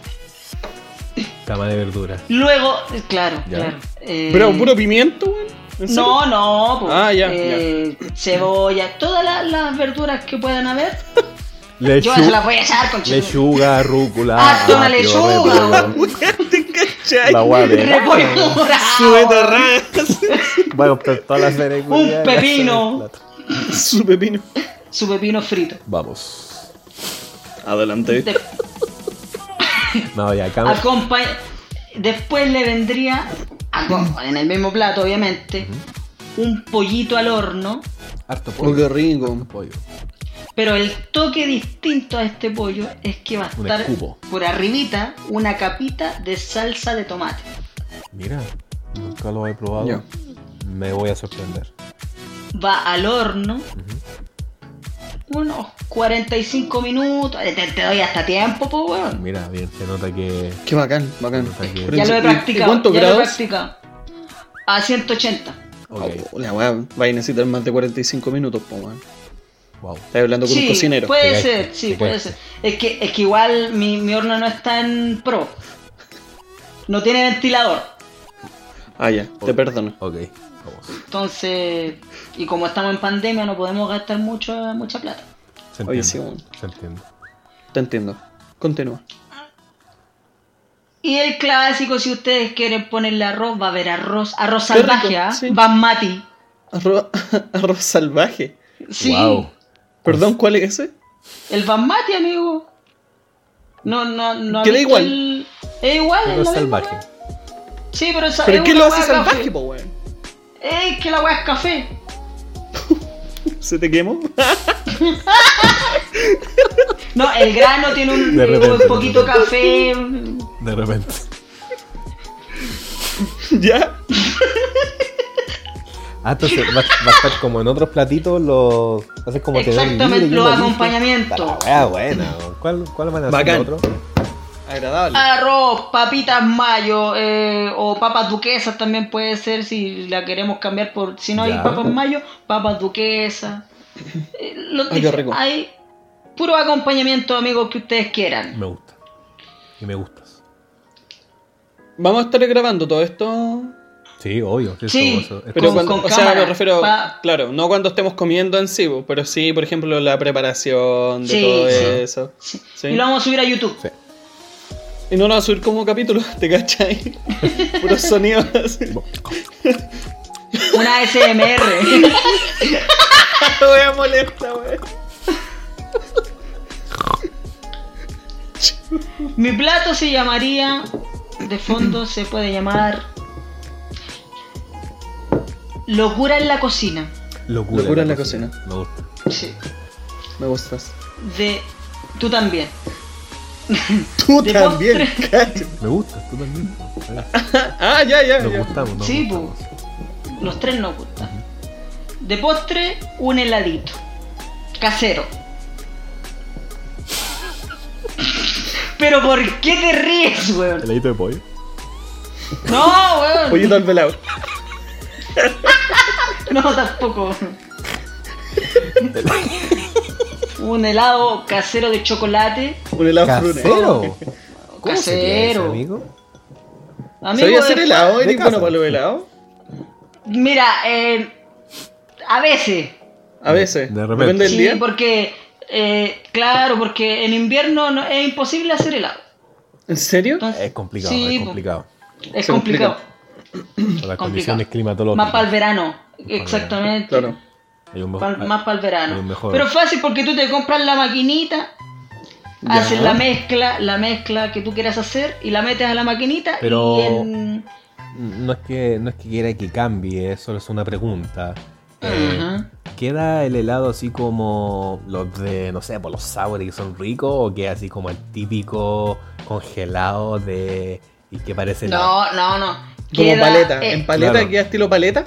Cama de verduras.
Luego, claro,
Ya.
claro. eh,
Pero puro pimiento, weón. ¿En serio?
No, no, pues,
Ah, ya,
eh, cebolla, todas las, las verduras que puedan haber, yo
Lechu-
se las voy a echar con chico.
lechuga, rúcula.
Hazte Ah, una
apio,
lechuga.
repollo,
Weón, ¿te cachai?
La guade.
Repollo morado.
Su betorraga.
Va a comprar todas pues, las
Un pepino.
Su pepino.
Su pepino frito.
Vamos.
Adelante.
De-
No, ya, cam-
Acompa- Después le vendría, aco- en el mismo plato obviamente, un pollito al horno,
Harto
Oh, qué
pollo.
rico.
Pollo.
pero el toque distinto a este pollo es que va a
Un
estar
escupo.
por arribita una capita de salsa de tomate.
Mira, nunca lo he probado.
Ya.
Me voy a sorprender.
Va al horno unos 45 minutos, te, te doy hasta tiempo, pues weón.
Mira, bien, se nota que.
Qué bacán, bacán.
se nota que-
Pero
Ya
¿Y-
lo he
y
practicado.
cuántos
ya Lo he
grados?
practicado. A 180.
Ok,
Oh, la weá, va a necesitar más de 45 minutos, po, weón.
wow.
Estás hablando con un cocinero.
Puede
Te
ser,
cae,
sí,
te
puede
cae.
ser. Es que, es que igual mi, mi horno no es tan pro. No tiene ventilador.
Ah, ya, te perdono.
Ok, vamos.
Entonces, y como estamos en pandemia, no podemos gastar mucho, mucha plata.
Se entiende.
Oye, sí, bueno.
Se entiende.
Te entiendo. Continúa.
Y el clásico, si ustedes quieren ponerle arroz, va a haber arroz, arroz
Qué rico,
salvaje, ¿ah?
sí.
Basmati.
Arroz, arroz salvaje.
Sí,
Wow.
Perdón, ¿cuál es ese?
el basmati, amigo. No, no, no.
Queda
¿viste
igual.
el- Es igual, es
Pero
la misma
salvaje.
weá. Sí, pero, esa-
¿Pero
es
qué
una
lo
weá
hace
café.
salvaje, po, weón?
Es que la weá es café.
¿Se te quemó?
No, el grano tiene un,
De
eh,
repente,
un poquito
de
café.
De repente.
¿Ya?
Ah, entonces va, va a estar como en otros platitos, los. Haces como te dan
Exactamente,
libre,
los
yo lo dije.
acompañamientos.
Está la wea buena. weón. ¿Cuál, ¿Cuál van a hacer
Bacán.
otro?
Agradable.
Arroz, papitas mayo eh, o papas duquesas también puede ser si la queremos cambiar por. Si no hay
Ya.
papas mayo, papas duquesas. Eh, lo-
Ay, qué rico.
Hay puro acompañamiento, amigos, que ustedes quieran.
Me gusta. Y me gustas.
Vamos a estar grabando todo esto.
Sí, obvio. que
Sí,
eso- eso-
Pero
Con-
cuando,
con
o sea,
cámara,
me refiero,
pa-
claro, no cuando estemos comiendo en sí, bo, pero sí, por ejemplo, la preparación de
Sí,
todo
sí.
eso. Sí.
Y lo vamos a subir a YouTube.
Sí.
Y no lo vas a subir como capítulo, ¿te cachai? Puros sonidos. así.
Una SMR.
Wea molesta, wea.
Mi plato se llamaría. De fondo se puede llamar. Locura en la cocina.
Locura,
Locura en la cocina.
Me gusta.
Sí.
Me gustas.
De. Tú también.
Tú
De
también, cacho.
Me gusta, tú también.
Ah, ya, ya,
Nos
ya.
gustamos, nos
sí,
gustamos.
pues. Los tres nos gustan. De postre, un heladito. Casero. Pero ¿por qué te ríes, weón?
Heladito de pollo.
No, weón.
Pollito al velado.
No, tampoco. un helado casero de chocolate.
Un helado
Casero.
frunero.
¿Cómo se pide eso,
Casero.
amigo?
Amigo,
¿Sabías hacer
de-
helado,
de
Eric?
casa.
Bueno, para los helados.
Mira, eh, a veces.
A veces.
De repente.
Depende del
Sí,
día.
porque, eh, claro, porque en invierno no- es imposible hacer helado.
¿En serio?
Entonces,
Es complicado,
Sí,
es
po.
complicado.
Es
Se complica.
complicado.
Por las condiciones climatológicas.
Más para el verano,
verano.
exactamente.
Claro.
Hay un
Pa'l-
mejor-
más para el verano.
Hay un mejor-
Pero fácil porque tú te compras la maquinita,
Ya.
haces la mezcla, la mezcla que tú quieras hacer y la metes a la maquinita
Pero-
y en-
No es que no es que quiera que cambie, solo es una pregunta. Eh,
Ajá.
¿Queda el helado así como los de, no sé, por los sabores que son ricos? ¿O queda así como el típico congelado de. y que parece helado?
No, no, no.
Como
Queda,
paleta.
eh,
¿En paleta
Claro.
queda estilo paleta?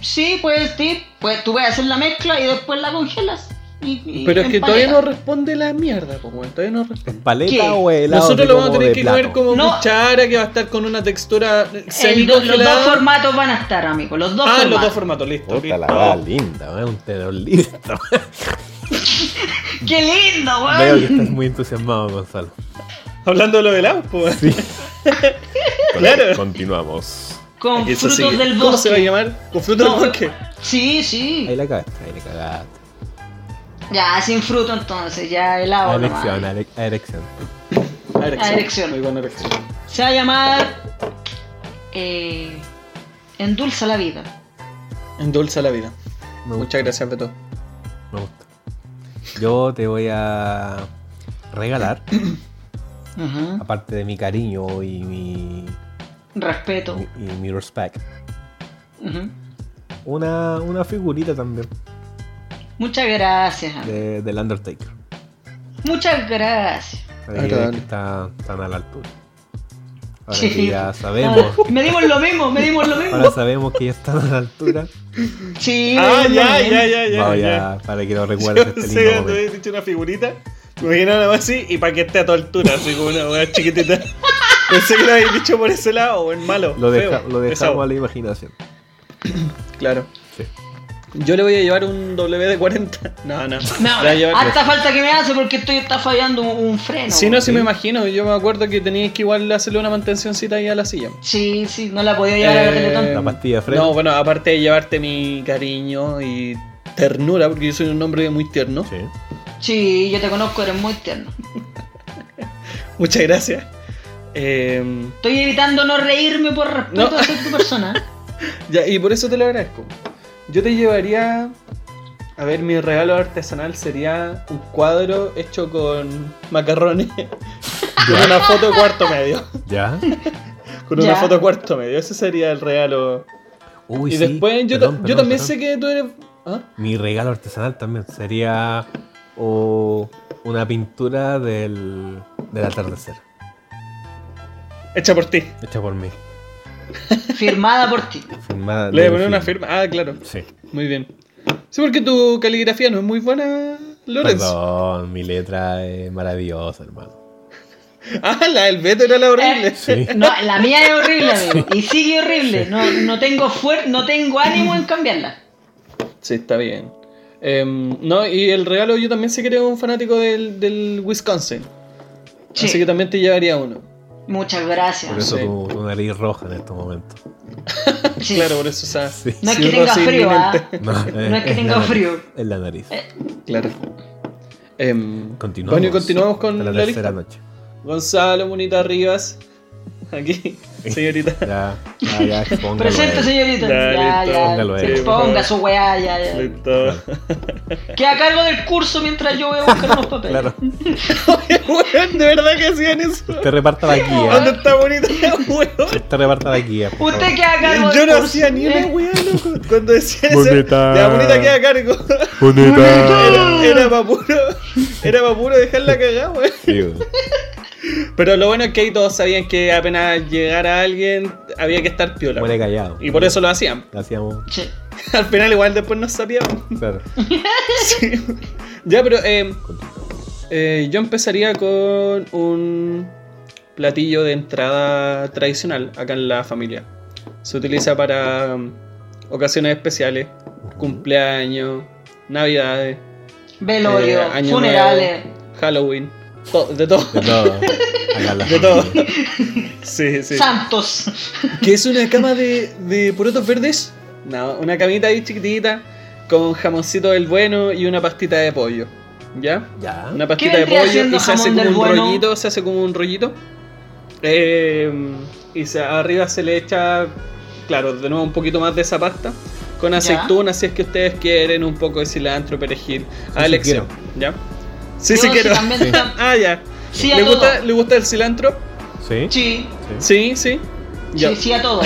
Sí, pues, sí, pues tú puedes hacer la mezcla y después la congelas. y- y Eh,
Pero es
en
que todavía
paleta.
no responde la mierda, po, weón. Todavía no responde.
¿Es paleta
¿Qué?
o helado?
Nosotros
así
lo vamos a
como
tener
de
que
plato?
comer como
No.
cuchara que va a estar con una textura
El do- los dos
semi-congelada.
formatos van a estar, amigos. Los dos
Ah,
formatos.
los dos formatos, listo.
Puta la
listo.
verdad, linda, ¿eh? un tenedor listo.
¡Qué lindo, weón!
Veo que estás muy entusiasmado, Gonzalo.
Hablando de lo del agua, pues. Claro.
Continuamos.
Con
Eso
frutos
sí.
del
¿Cómo se va a
bosque.
llamar? Con frutos
No.
del bosque.
Sí,
Ahí
sí.
la cagaste, ahí la cagaste.
Ya, sin fruto entonces, ya
Ah,
helado. nomás.
Erección, ale- erección.
Erección.
erección.
Muy buena erección.
Se va a llamar. Eh, Endulza la vida.
Endulza la vida.
Me gusta,
Muchas gracias, Beto.
me gusta. Yo te voy a regalar,
Ujú.
aparte de mi cariño y mi,
Respeto.
y mi respect,
Ujú.
una, una figurita también
Muchas gracias. amigo.
de- del Undertaker.
Muchas gracias.
Para que
Agradable.
veas que está tan a la altura. Ahora
Sí.
que ya sabemos,
Ahora, medimos lo mismo, medimos lo mismo.
ahora sabemos que ya están a la altura,
Sí,
Ah, ya,
medimos lo mismo.
ya, ya, ya.
vaya,
ya.
para que lo
Yo
recuerdes
pensé
este
que
lindo
te
momento.
habías dicho una figurita. Me imaginé nada más así y para que esté a tu altura, así como una weá chiquitita. Pensé que lo habías dicho por ese lado, o en malo.
Lo, deja-
feo, pesado.
lo dejamos a la imaginación.
Claro.
Sí.
Yo le voy a llevar un W de 40. No, no. Le
No,
voy a llevar-
hasta falta que me hace porque estoy está fallando un, un freno.
Si no,
güey.
si me imagino. Yo me acuerdo que tenías que igual hacerle una mantencióncita ahí a la silla.
Sí, sí, no la podía llevar a la
Eh,
Teletón.
La pastilla de freno.
No, bueno, aparte de llevarte mi cariño y ternura, porque yo soy un hombre muy tierno.
Sí.
Sí, yo te conozco, eres muy tierno.
Muchas gracias. Eh,
Estoy evitando no reírme por respeto
No.
hacia tu persona.
ya, y por eso te lo agradezco. Yo te llevaría. A ver, mi regalo artesanal sería un cuadro hecho con macarrones. con una foto de cuarto medio.
¿Ya?
Con una
Ya.
foto de cuarto medio. Ese sería el regalo.
Uy,
y
sí.
después yo, ta-
Perdón,
yo
perdón,
también
perdón.
sé que tú eres. ¿Ah?
Mi regalo artesanal también sería o una pintura del, del atardecer,
Hecha por ti.
hecha por mí.
Firmada por ti.
Firmada
Le voy
de
a poner
mi
una firma. Ah, claro.
Sí.
Muy bien. Sí, porque tu caligrafía no es muy buena, Lorenzo.
Perdón, mi letra es maravillosa, hermano.
Ah, la del Beto era la horrible.
Sí.
No, la mía es horrible, amigo. Y sigue horrible. No, no tengo fuer no tengo ánimo en cambiarla.
Sí, está bien. Em, no, y el regalo yo también sé que eres un fanático del, del Wisconsin.
Sí.
Así que también te llevaría uno.
Muchas
Por
gracias.
eso
Sí.
tu, tu nariz roja en este estos momentos.
Sí.
Claro, por eso, o sea,
Sí.
No es
sí,
que tenga
rosa
frío, ¿ah?
inminente.
No, eh,
No es que tenga
la nariz,
frío.
Es la nariz.
Claro. Em,
Continuamos.
Bueno, y continuamos con
Hasta
la,
la,
lista.
tercera noche.
Gonzalo, Munita Rivas. Aquí, señorita.
Ya, ya, ya, expóngalo
Presente,
a él.
señorita.
Ya,
Ya,
listo.
Póngalo
ya.
ahí.
Se ponga su weá, ya, ya.
Listo.
Queda a cargo del curso mientras yo voy a buscar unos papeles.
Claro.
Oye, weón, de verdad que hacían eso.
Te reparta la
¿Dónde
guía.
está Munita, weón?
Te reparta la guía. por favor.
Usted queda a cargo del
Eh, Yo no
curso.
hacía ni una
¿eh?
weá, loco. Cuando decían eso,
Bonita.
la bonita queda a cargo. Era, era pa' puro, era pa' puro dejarla cagada, weón.
Sí, güey.
Pero lo bueno es que ahí todos sabían que apenas llegara alguien había que estar piola.
Muere callado.
Y por eso lo hacían.
Hacíamos.
Sí.
Al final igual después nos sabíamos.
Claro.
Ya, pero eh, eh, yo empezaría con un platillo de entrada tradicional acá en la familia. Se utiliza para mm, ocasiones especiales, cumpleaños, navidades,
Velorio,
eh, Año
funerales.
Nuevo, Halloween, to- de todo.
De todo. Acá la
De todo.
familia.
Sí, sí.
Santos.
¿Qué es una cama de, de porotos verdes? No, una camita ahí chiquitita con jamoncito del bueno y una pastita de pollo. ¿Ya?
Ya.
Una pastita
¿Qué
de
vendría
pollo
siendo
y se hace
jamón
como
del
un
bueno?
rollito, se hace como un rollito. Eh, y se- arriba se le echa, claro, de nuevo un poquito más de esa pasta. Con
Ya.
aceitunas, si es que ustedes quieren, un poco de cilantro, perejil,
Sí,
a
sí
elección. ¿Ya? Sí,
Yo
sí
sí
quiero.
también tam-
ah, ya.
Sí a
¿Le,
todo.
gusta, ¿Le gusta el cilantro?
Sí.
Sí,
Sí.
Sí, sí. Ya.
sí, sí a todo.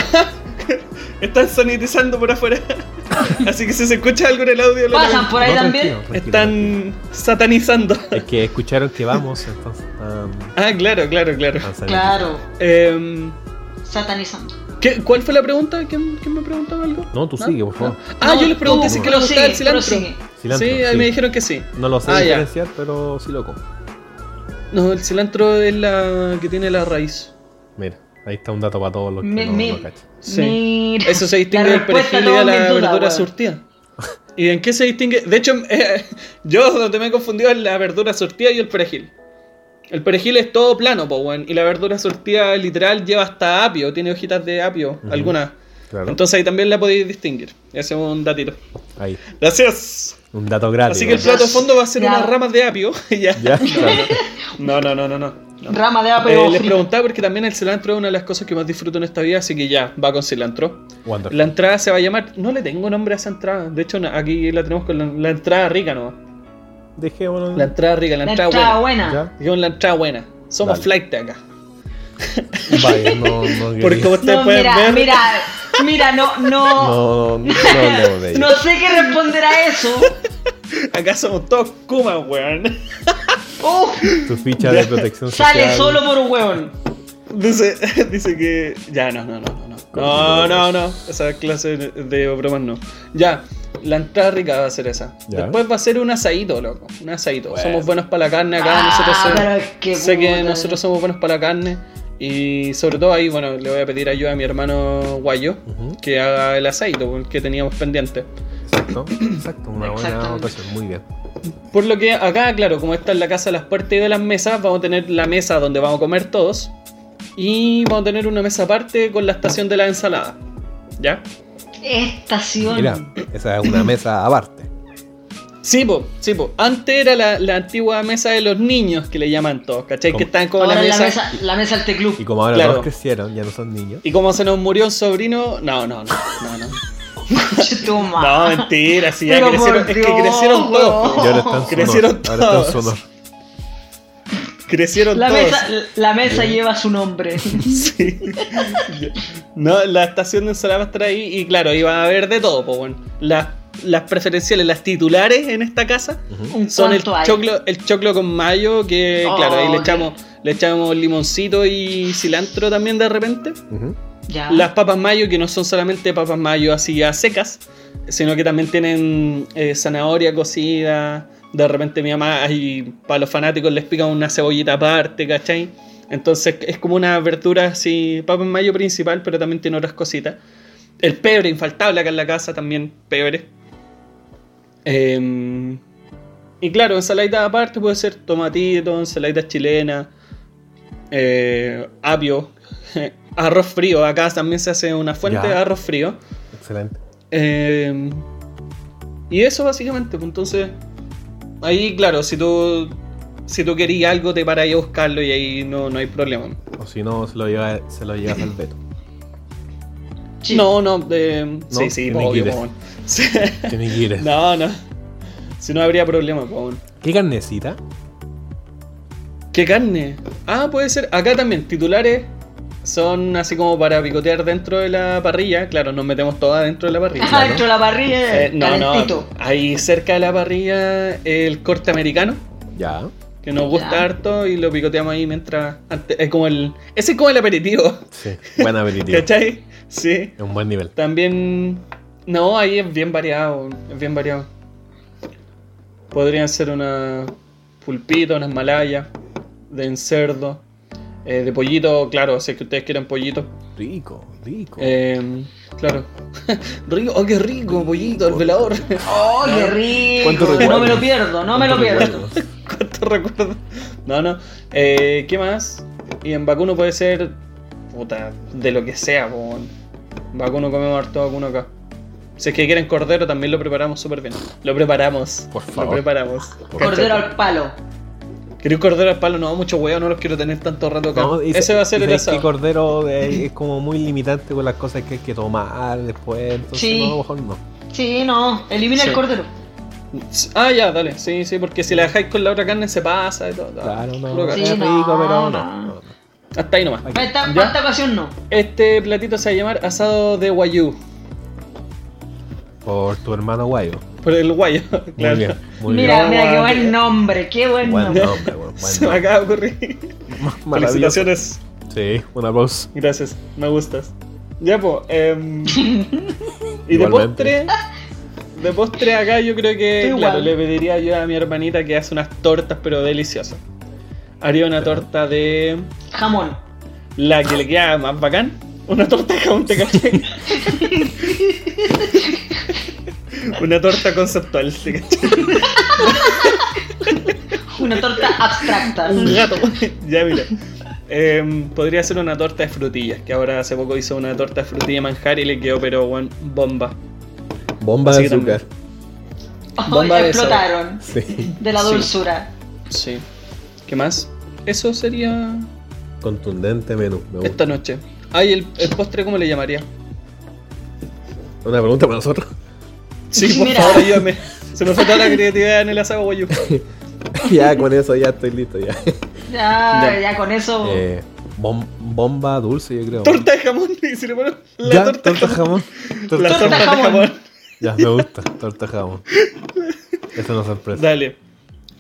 Están sanitizando por afuera. Así que si se escucha algo en el audio, lo
Pasan por ahí
No,
también.
tranquilo, tranquilo, tranquilo.
Están satanizando.
Es que escucharon que vamos, entonces. Um,
Ah, claro, claro, claro.
Claro,
Ah.
Em,
satanizando.
¿qué- ¿Cuál fue la pregunta? ¿quién, quién me preguntaba algo?
No, tú sigue, por favor.
Ah,
No,
yo les pregunté
tú
si es que les gustaba el cilantro.
prosigue.
Cilantro,
sí, ahí
sí.
me dijeron que sí.
No lo sé
Ah, ya.
diferenciar, pero sí lo como.
No, el cilantro es la que tiene la raíz.
Mira, ahí está un dato para todos los que
Mi-
no,
mi-
no cachan.
Sí.
Mira,
Eso se distingue
la
del
respuesta
perejil
no
y de
va
la
en duda,
verdura
weón.
surtida. ¿Y en qué se distingue? De hecho, eh, yo donde me he confundido es la verdura surtida y el perejil. El perejil es todo plano, Powen, y la verdura surtida literal lleva hasta apio, tiene hojitas de apio,
Ujú.
algunas.
Claro.
Entonces ahí también la podéis distinguir. Ese es un datito.
Ahí.
Gracias.
Un dato gratis.
Así que el
¿no?
plato de fondo va a ser
Ya.
unas ramas de apio. ya.
Ya, claro.
No, no, no, no, no.
Rama de apio.
Eh, les
frita.
preguntaba porque también el cilantro es una de las cosas que más disfruto en esta vida, así que ya, va con cilantro.
Wonderful.
La entrada se va a llamar. No le tengo nombre a esa entrada. De hecho, na- aquí la tenemos con la, la entrada rica, ¿no?
Dejémoslo.
La entrada rica, la
La
entrada
entrada
buena.
buena.
¿Ya?
Dijimos la entrada buena. Somos
Dale.
flight de acá.
Vaya, no, no,
Porque como
quería-
ustedes
No,
pueden
mira,
ver.
mira, mira, no, no,
no, no, no hablemos de ello.
no sé qué responder a eso.
Acá somos todos Kuma, weón.
Uf,
Tu ficha de protección social.
sale solo por un hueón.
Dice, dice que. Ya, no, no, no, no, no. No, no, no. Esa clase de- de bromas no. Ya, la entrada rica va a ser esa.
Ya.
Después va a ser un asadito, loco. Un asadito.
Bueno.
Somos buenos para la carne acá.
Ah,
nosotros se-
pero es que
sé que
puta.
nosotros somos buenos para la carne. Y sobre todo ahí, bueno, le voy a pedir ayuda a mi hermano Guayo
Ujú.
que haga el asadito el que teníamos pendiente.
Exacto, exacto, una buena
Exactamente.
ocasión, muy bien.
Por lo que acá, claro, como está en la casa de las puertas y de las mesas, vamos a tener la mesa donde vamos a comer todos. Y vamos a tener una mesa aparte con la estación de la ensalada. ¿Ya?
Estación.
Mira, esa es una mesa aparte.
Sí, po, sí, po. Antes era la, la antigua mesa de los niños que le llaman todos, ¿cachai?
¿Cómo?
Que están como en
Ahora
la mesa.
la mesa, la mesa del teclub.
Y como ahora
Claro.
todos crecieron, ya no son niños.
Y como se nos murió un sobrino. No, no, no, no, no.
Toma.
No, mentira, si ya
Pero
crecieron.
por
Es que
Dios,
crecieron todos.
Y
po.
ahora están
Crecieron
sonor. Ahora están
todos.
sonor.
Crecieron
la
todos.
mesa, la mesa lleva su nombre.
Sí. No, la estación de ensalada va a estar ahí y claro, ahí va a haber de todo, pues bueno. Las, las preferenciales, las titulares en esta casa
Un
son el
cuanto hay.
choclo, el choclo con mayo, que
Oh,
claro, ahí le
qué-
echamos, le echamos limoncito y cilantro también de repente.
Ujú.
Ya.
Las papas mayo, que no son solamente papas mayo así a secas, sino que también tienen eh, zanahoria cocida. De repente mi mamá, ahí, para los fanáticos, les pica una cebollita aparte, ¿cachai? Entonces es como una verdura así, papas mayo principal, pero también tiene otras cositas. El pebre, infaltable acá en la casa también, pebre. Em, y claro, ensaladita aparte puede ser tomatito, ensalada chilena, eh, apio, arroz frío. Acá también se hace una fuente
Ya.
de arroz frío.
Excelente.
Eh, y eso básicamente, pues, entonces. Ahí, claro, si tú. Si tú querías algo, te paras ahí a buscarlo y ahí no, no hay problema.
O si no, se lo, lleva, se lo llevas al veto.
Sí.
No, no, eh, sí, sí,
ni
pues, obvio,
quieres.
pues, bueno. Sí.
Tiene que ir.
No, no. Si no habría problema, pues, bueno.
¿Qué carnecita?
¿Qué carne? Ah, puede ser. Acá también, titulares son así como para picotear dentro de la parrilla. Claro, nos metemos todas dentro de la parrilla.
Ajá, dentro de la parrilla.
Eh, no, no.
calentito.
Ahí cerca de la parrilla el corte americano,
Ya.
que nos gusta
Ya.
harto y lo picoteamos ahí mientras... antes- es como el, ese es como el aperitivo,
Sí. Buen aperitivo. Es
¿cachai? Sí.
un buen nivel.
También... No, ahí es bien variado, es bien variado. Podrían ser una pulpita, unas malayas, de cerdo, eh, de pollito, claro, si es que ustedes quieren pollito.
Rico, rico.
Eh, claro. rico, oh, qué rico, pollito, el velador.
Oh, qué rico.
¿Cuánto
No
recuerdo?
me lo pierdo, no me lo pierdo.
¿Cuánto recuerdo? No, no. Eh, ¿Qué más? Y en vacuno puede ser. Puta, de lo que sea, po. weón. Vacuno comemos harto vacuno acá. Si es que quieren cordero, también lo preparamos súper bien. Lo preparamos.
Por
Lo
favor.
preparamos.
Por
Cordero al palo.
¿Queréis cordero al palo? No, mucho huevo, no los quiero tener tanto rato acá.
No, y
Ese
sa-
va a ser
y
el
sabes que
asado.
cordero eh, es como muy limitante con las cosas que hay que tomar después. Entonces,
Sí.
no, mejor no.
Sí, no, elimina
Sí.
el cordero.
Ah, ya, dale. Sí, sí, porque si la dejáis con la otra carne se pasa y todo. todo.
Claro,
Puro
no.
cagar.
Sí,
es rico,
no,
pero no.
no.
no, no.
Hasta ahí nomás.
Para esta,
¿Ya?
para esta ocasión no.
Este platito se va a llamar asado de guayú.
Por tu hermano Guayo.
Por el guayo,
Muy
claro.
bien, muy
Mira,
bien.
mira, qué
No,
buen
guau.
nombre, qué buen
bien. Buen
nombre.
nombre, buen, buen
Se me
nombre.
acaba de ocurrir.
Maravilloso.
Felicitaciones.
Sí, un aplauso.
Gracias, me gustas. Ya, pues. y de postre.
Igualmente.
De postre acá yo creo que.
Estoy
Claro,
igual.
le pediría ayuda a mi hermanita que hace unas tortas, pero deliciosas. Haría una torta de.
Jamón.
La que le queda más bacán. Una torta de jamón, ¿te cachai? una torta conceptual, ¿te cachai?
Una torta abstracta.
Un gato. ya, mira. Em, podría ser una torta de frutillas, que ahora hace poco hizo una torta de frutilla de manjar y le quedó, pero, weón, bomba.
Bomba
Así
de
que
azúcar.
Ay,
bomba de
explotaron
Sí.
de la
Sí.
dulzura.
Sí. ¿Qué más? Eso sería
Contundente menú. me gusta.
esta noche. Ay, el, el postre, ¿cómo le llamaría?
Una pregunta para nosotros.
Sí, por
Mira.
favor, ayúdame. Se me fue toda la creatividad en el asado, guayú.
ya, con eso ya estoy listo. ya.
Ya,
Ya.
ya, con eso.
Eh, bom- bomba dulce, yo creo.
Oh. Torta de jamón. Y se le pone la
Ya,
torta, de jamón.
jamón. Torta
La
jamón.
torta de
jamón.
jamón.
Ya, me gusta. Torta jamón. Eso no es sorpresa.
Dale.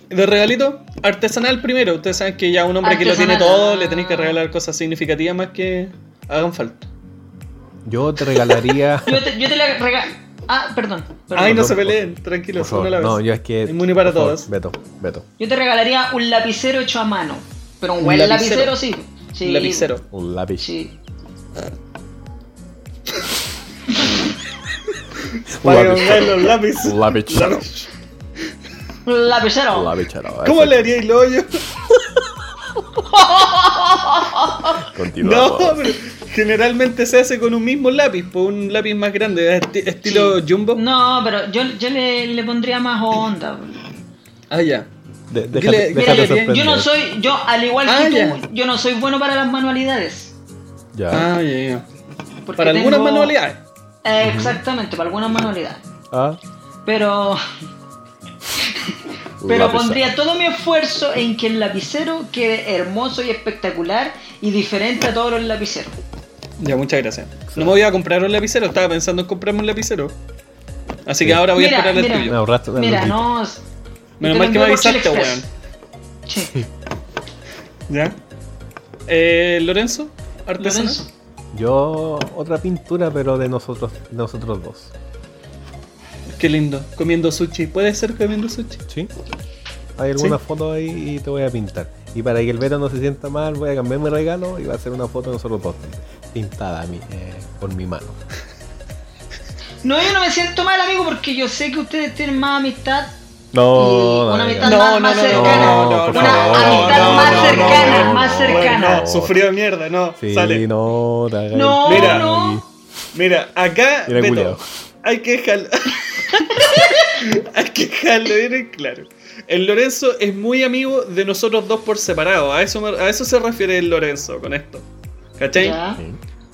De regalito, artesanal primero. Ustedes saben que ya un hombre que lo tiene
Artesanal.
todo, le tenéis que regalar cosas significativas más que hagan falta.
Yo te regalaría.
Yo te, yo te la regalo. Ah, perdón. perdón.
Ay, no
perdón,
se
por-
peleen, tranquilos,
Por favor,
uno a la vez.
No, yo es que.
Inmune para
por favor,
todos.
Beto, Beto.
Yo te regalaría un lapicero hecho a mano. Pero un
¿Un
buen
lapicero?
lapicero, sí. sí.
Lapicero.
Un lápiz.
Sí.
Un
Para
lápiz.
colgar los lápices.
Un lápiz.
Lápiz.
Un
Un
lapicero.
lápiz, charo.
¿Cómo le haría el hoyo? No,
Continuamos.
pero generalmente se hace con un mismo lápiz, por un lápiz más grande, esti- estilo jumbo.
No, pero yo, yo le, le pondría más onda.
Ah, ya.
De-
Dile-
déjate,
dile
déjate
bien.
sorprender.
Yo no soy, yo al igual que
Ah,
tú,
ya.
yo no soy bueno para las manualidades.
Ya.
Ah, ya, ya.
porque
Para algunas
tengo-
manualidades.
Eh, exactamente, para algunas manualidades.
Ah,
Pero,
un
pero
lápiz.
pondría todo mi esfuerzo en que el lapicero quede hermoso y espectacular y diferente a todos los lapiceros.
Ya, muchas gracias. No me voy a comprar un lapicero, estaba pensando en comprarme un lapicero. Así que
Sí.
ahora voy
Mira,
a esperar
mira.
el
Me
tuyo.
ahorraste una
Mira,
luquita.
no.
Menos mal
te
que me
lo envío por
avisaste,
Chile
weón.
Express. Sí,
¿Ya? Eh, Lorenzo, artesano.
Lorenzo.
Yo otra pintura, pero de nosotros, nosotros dos.
Qué lindo. Comiendo sushi. ¿Puede ser comiendo sushi?
¿Sí? Hay alguna foto ahí y te voy a pintar. Y para que el Beto no se sienta mal, voy a cambiar mi regalo y va a hacer una foto de nosotros dos. Pintada a mí, eh, por mi mano.
No, yo no me siento mal, amigo, porque yo sé que ustedes tienen más amistad.
No,
Y una
diga.
mitad más- más cercana.
por
Una
favor,
amistad
no,
más
no,
cercana,
no,
más
no,
cercana.
no.
sufrió de mierda, no.
Sí,
sale.
no, te hagas
No,
el-
Mira.
no.
Mira, acá.
Mira,
Beto,
culiao.
hay que dejarlo. hay que dejarlo bien en claro. El Lorenzo es muy amigo de nosotros dos por separado. A eso, me- a eso se refiere el Lorenzo con esto. ¿Cachai?
Ya.
Sí.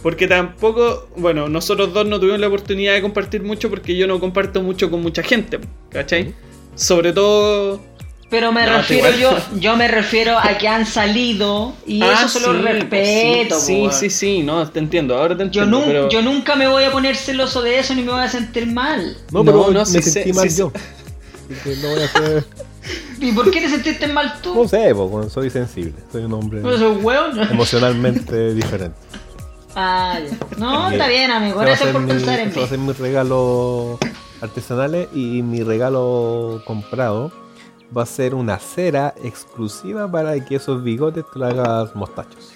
Porque tampoco, bueno, nosotros dos no tuvimos la oportunidad de compartir mucho porque yo no comparto mucho con mucha gente, ¿cachai? Sobre todo...
Pero me
No, sí,
refiero yo,
igual.
yo me refiero a que han salido y
Ah,
eso se lo
sí,
respeto.
Sí,
po,
sí, sí,
weón.
sí, no, te entiendo, ahora te
Yo,
entiendo.
nun-
pero-
yo nunca me voy a poner celoso de eso ni me voy a sentir mal.
No, pero
No, no,
me
sí
sentí
sé,
mal
sí
yo. Así que no voy a hacer.
¿Y por qué te sentiste mal
No
tú? Pues,
sé, po, bueno, soy sensible. Soy un hombre
¿No soy hueón?
emocionalmente diferente.
Ah, ya. No,
Bien.
está bien,
Ese
amigo.
va a
Gracias
ser
por
mi-
pensar en
ese va
mí.
a ser mi regalo artesanales y mi regalo comprado va a ser una cera exclusiva para que esos bigotes te lo hagas mostachos.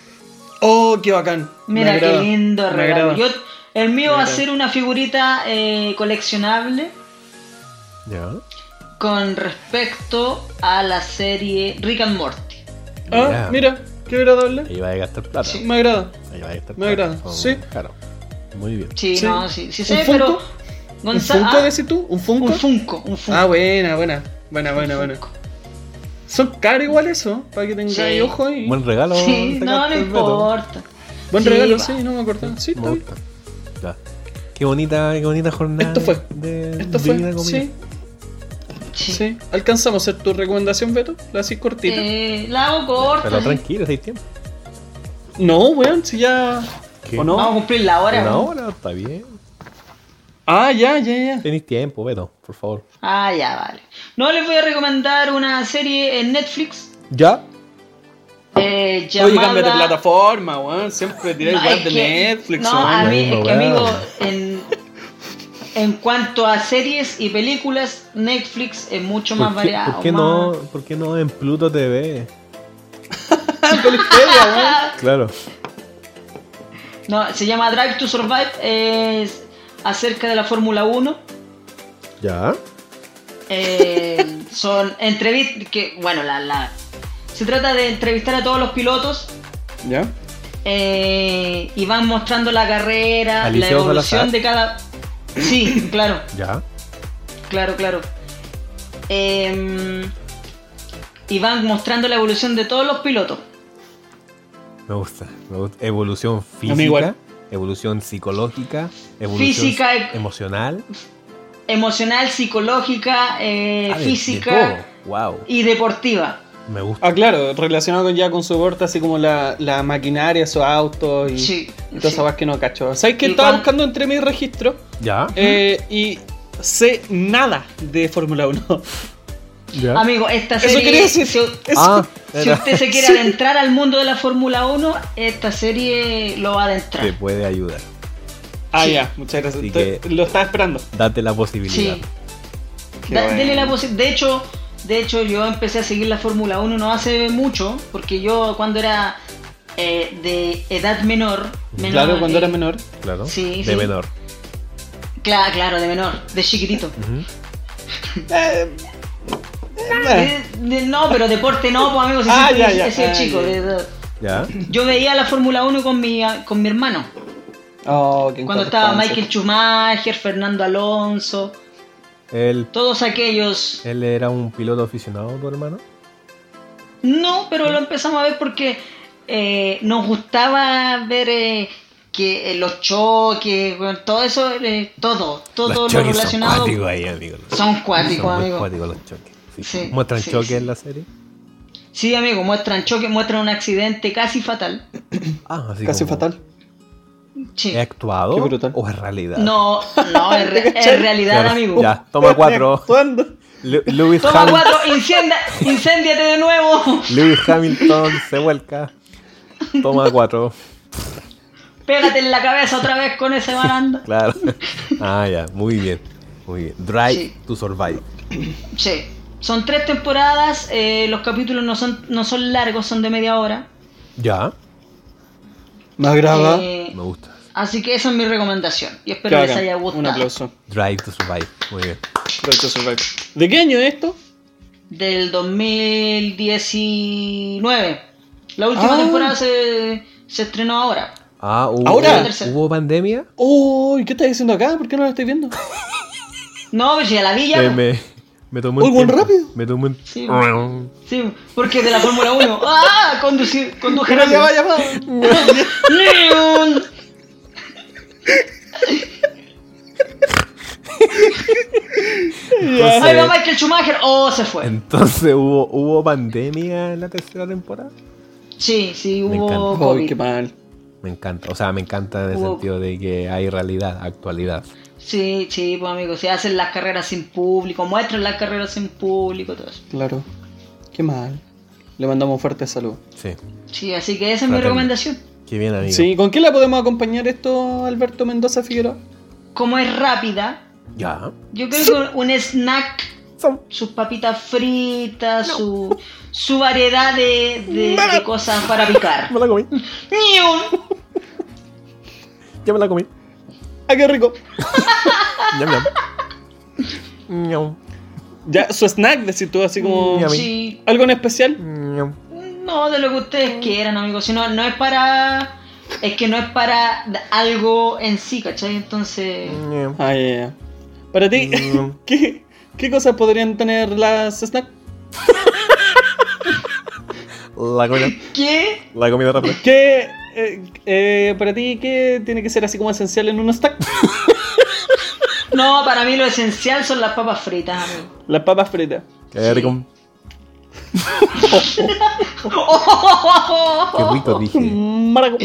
Oh, qué bacán. me
Mira, qué
agrada,
lindo
me
regalo.
agrada.
Yo, el mío
Me
va a
agrada.
ser una figurita eh, coleccionable
¿Ya?
con respecto a la serie Rick and Morty.
Ah, mira, qué agradable.
Ahí va a gastar plata.
Sí.
Me agrada.
Ahí va a gastar
Me
plata.
agrada,
Son
sí.
caros. Muy bien.
Sí,
Sí.
no, sí, sí
¿Un
sé,
Funko?
pero...
¿Un
Gonza-
Funko,
ah,
decís tú? ¿Un Funko?
un Funko, un Funko.
Ah, buena, buena. Buena, buena, buena. Son caros igual eso, para que tengáis
Sí.
ojo y...
Buen regalo.
Sí,
sacaste,
no, no
Beto.
importa.
Buen
Sí,
regalo,
va.
sí, no me acordaba. Sí, está
Me
bien.
gusta. Ya. Qué bonita, qué bonita jornada.
Esto fue.
De,
Esto
de vida
fue,
comida.
sí,
Sí.
sí. ¿Alcanzamos a hacer tu recomendación, Beto? ¿La así cortita?
Eh, la hago corta.
Pero
sí.
tranquilo, seis tiempo.
No, weón, si ya...
¿Qué?
¿O
Vamos a
no?
cumplir la hora.
Una
¿no?
hora, está bien.
Ah, ya, ya, ya.
Tenéis tiempo, Beto, por favor.
Ah, ya, vale. No les voy a recomendar una serie en Netflix
Ya.
eh, llamada...
Oye, cambia de plataforma, weón. Siempre tiráis
No,
igual
es
de
que-
Netflix,
No,
weón.
a mí,
Mismo,
es que
weón.
amigo, en, en cuanto a series y películas, Netflix es mucho más
¿Por qué,
variado.
por qué
más-
no, por qué no en Pluto TV?
ah,
Pelispedia, weón.
Claro.
No, se llama Drive to Survive, es acerca de la Fórmula 1.
Ya.
Eh, son entrevistas que, bueno, la, la- se trata de entrevistar a todos los pilotos
¿Ya?
eh, y van mostrando la carrera, la
Alicia
evolución
Salazar.
de cada... Sí, claro,
Ya.
claro, claro. Em, Eh, y van mostrando la evolución de todos los pilotos.
Me gusta, me gusta. Evolución
mí igual.
física, evolución psicológica, evolución
Física, e-
emocional.
Emocional, psicológica, eh,
Ah, de- de
física
todo. Wow,
y deportiva.
me gusta.
Ah, claro, relacionado con, ya con su porta, así como la, la maquinaria, sus autos y,
Sí,
y todas
sí.
esas cosas que no cacho. ¿Sabes que
¿Y
estaba
cuál?
buscando entre mis registros
¿Ya?
eh, y sé nada de Fórmula 1?
¿Ya?
Amigo, esta
Eso
serie.
quería decir.
si-
Eso-
ah,
Si
era-
usted se quiere adentrar al mundo de la Fórmula 1, esta serie lo va a adentrar.
te puede ayudar.
Ah,
sí.
ya, muchas gracias.
Así
Te-
que-
Lo estaba esperando.
Date la posibilidad.
Sí.
Qué
Da-
bueno.
dele la posi- de hecho, de hecho, yo empecé a seguir la Fórmula 1 no hace mucho, porque yo cuando era eh, de edad menor, menor eh.
claro, cuando
de-
era menor.
Claro.
Sí,
de
sí.
menor.
Cla- claro, de menor, de chiquitito.
Ujú.
Eh,
De- de- no, pero deporte no, pues amigos,
Ah, ya,
siempre
ya.
he sido
Ah,
chico.
ya.
de- de-
¿Ya?
yo veía la Fórmula 1 con mi, con mi hermano,
oh, qué
cuando estaba
importancia.
Michael Schumacher, Fernando Alonso,
Él,
todos aquellos
él era un piloto aficionado, tu hermano.
No, pero lo empezamos a ver porque eh, nos gustaba ver eh, que eh, los choques, bueno, todo eso, eh, todo, todo
Los
lo
choques son
relacionado.
cuáticos ahí, amigos.
son cuáticos,
Son muy
amigo.
cuáticos los choques. Sí.
Sí,
¿Muestran
sí,
choques
sí.
en la serie?
Sí, amigo, muestran choques, muestran un accidente casi fatal.
Ah, así
Casi
como,
fatal.
Sí.
¿He actuado
Qué brutal.
o es realidad?
No, no, es, re- es realidad,
Claro,
amigo.
Ya, toma cuatro.
¿Cuándo?
Lu- Lewis,
Toma
Hamil-
cuatro, incendia, incendiate de nuevo.
Lewis Hamilton se vuelca. Toma cuatro.
Pégate en la cabeza otra vez con ese baranda.
Claro. Ah, ya, muy bien. Muy bien. Drive
Sí.
to survive.
Sí. Son tres temporadas, eh, los capítulos no son, no son largos, son de media hora.
Ya,
Más grava.
Eh,
me gusta.
Así que esa es mi recomendación y espero
Qué
les
bacán.
haya
Un
gustado.
aplauso.
Drive to survive. Muy bien.
Drive to Survive. ¿De qué año es esto?
Del 2019. La última
Ah.
temporada se, se estrenó ahora.
Ah, ¿hubo,
Ahora.
¿hubo pandemia?
Uy, ¿qué estás diciendo acá? ¿Por qué no lo estoy viendo?
No, pero si ya la vi ya.
Eh, me, me tomó
Uy,
un
buen
tiempo.
rápido.
Me tomó un...
Sí. Sí, porque es de la Fórmula 1. ¡Ah! Conducir, conduje
Pero ya
rápido.
va, ya va.
¡Neon!
Entonces,
¡Ahí va Michael Schumacher! ¡Oh, se fue!
entonces ¿hubo, hubo pandemia en la tercera temporada.
Sí, sí,
Me
hubo
encanta.
Uy,
COVID.
qué mal.
Me encanta, o sea, me encanta en el
Hubo-
sentido de que hay realidad, actualidad.
Sí, sí, pues amigos, se hacen las carreras sin público, muestran las carreras sin público, todo eso.
Claro. Qué mal. Le mandamos un fuerte saludo.
Sí,
Sí, así que esa es mi
Fraterno.
recomendación.
qué bien amigo.
Sí, ¿con qué la podemos acompañar esto, Alberto Mendoza Figueroa?
Como es rápida,
Ya.
Yo creo que un snack, sus papitas fritas, su, su variedad de, de- de cosas para picar.
la comí,
¡Niun!
ya me la comí.
¡Ah, qué rico!
Ñam, ñam. Ñam,
Ya, su snack, decís tú, así como.
Ñami.
Sí,
¿Algo en especial?
ñam.
no de lo que ustedes quieran, amigos. Si no, no es para. Es que no es para algo en sí, ¿cachai? Entonces.
Ñam.
Ah, ya, ya. Para ti,
Mm.
¿qué, ¿qué cosas podrían tener las snack?
La comida,
¿Qué?
la comida rápida.
¿Qué. eh, eh, para ti, ¿qué tiene que ser así como esencial en un snack?
No, para mí lo esencial son las papas fritas, amigo.
Las papas fritas.
Qué rico, qué rico dije.
Maraco.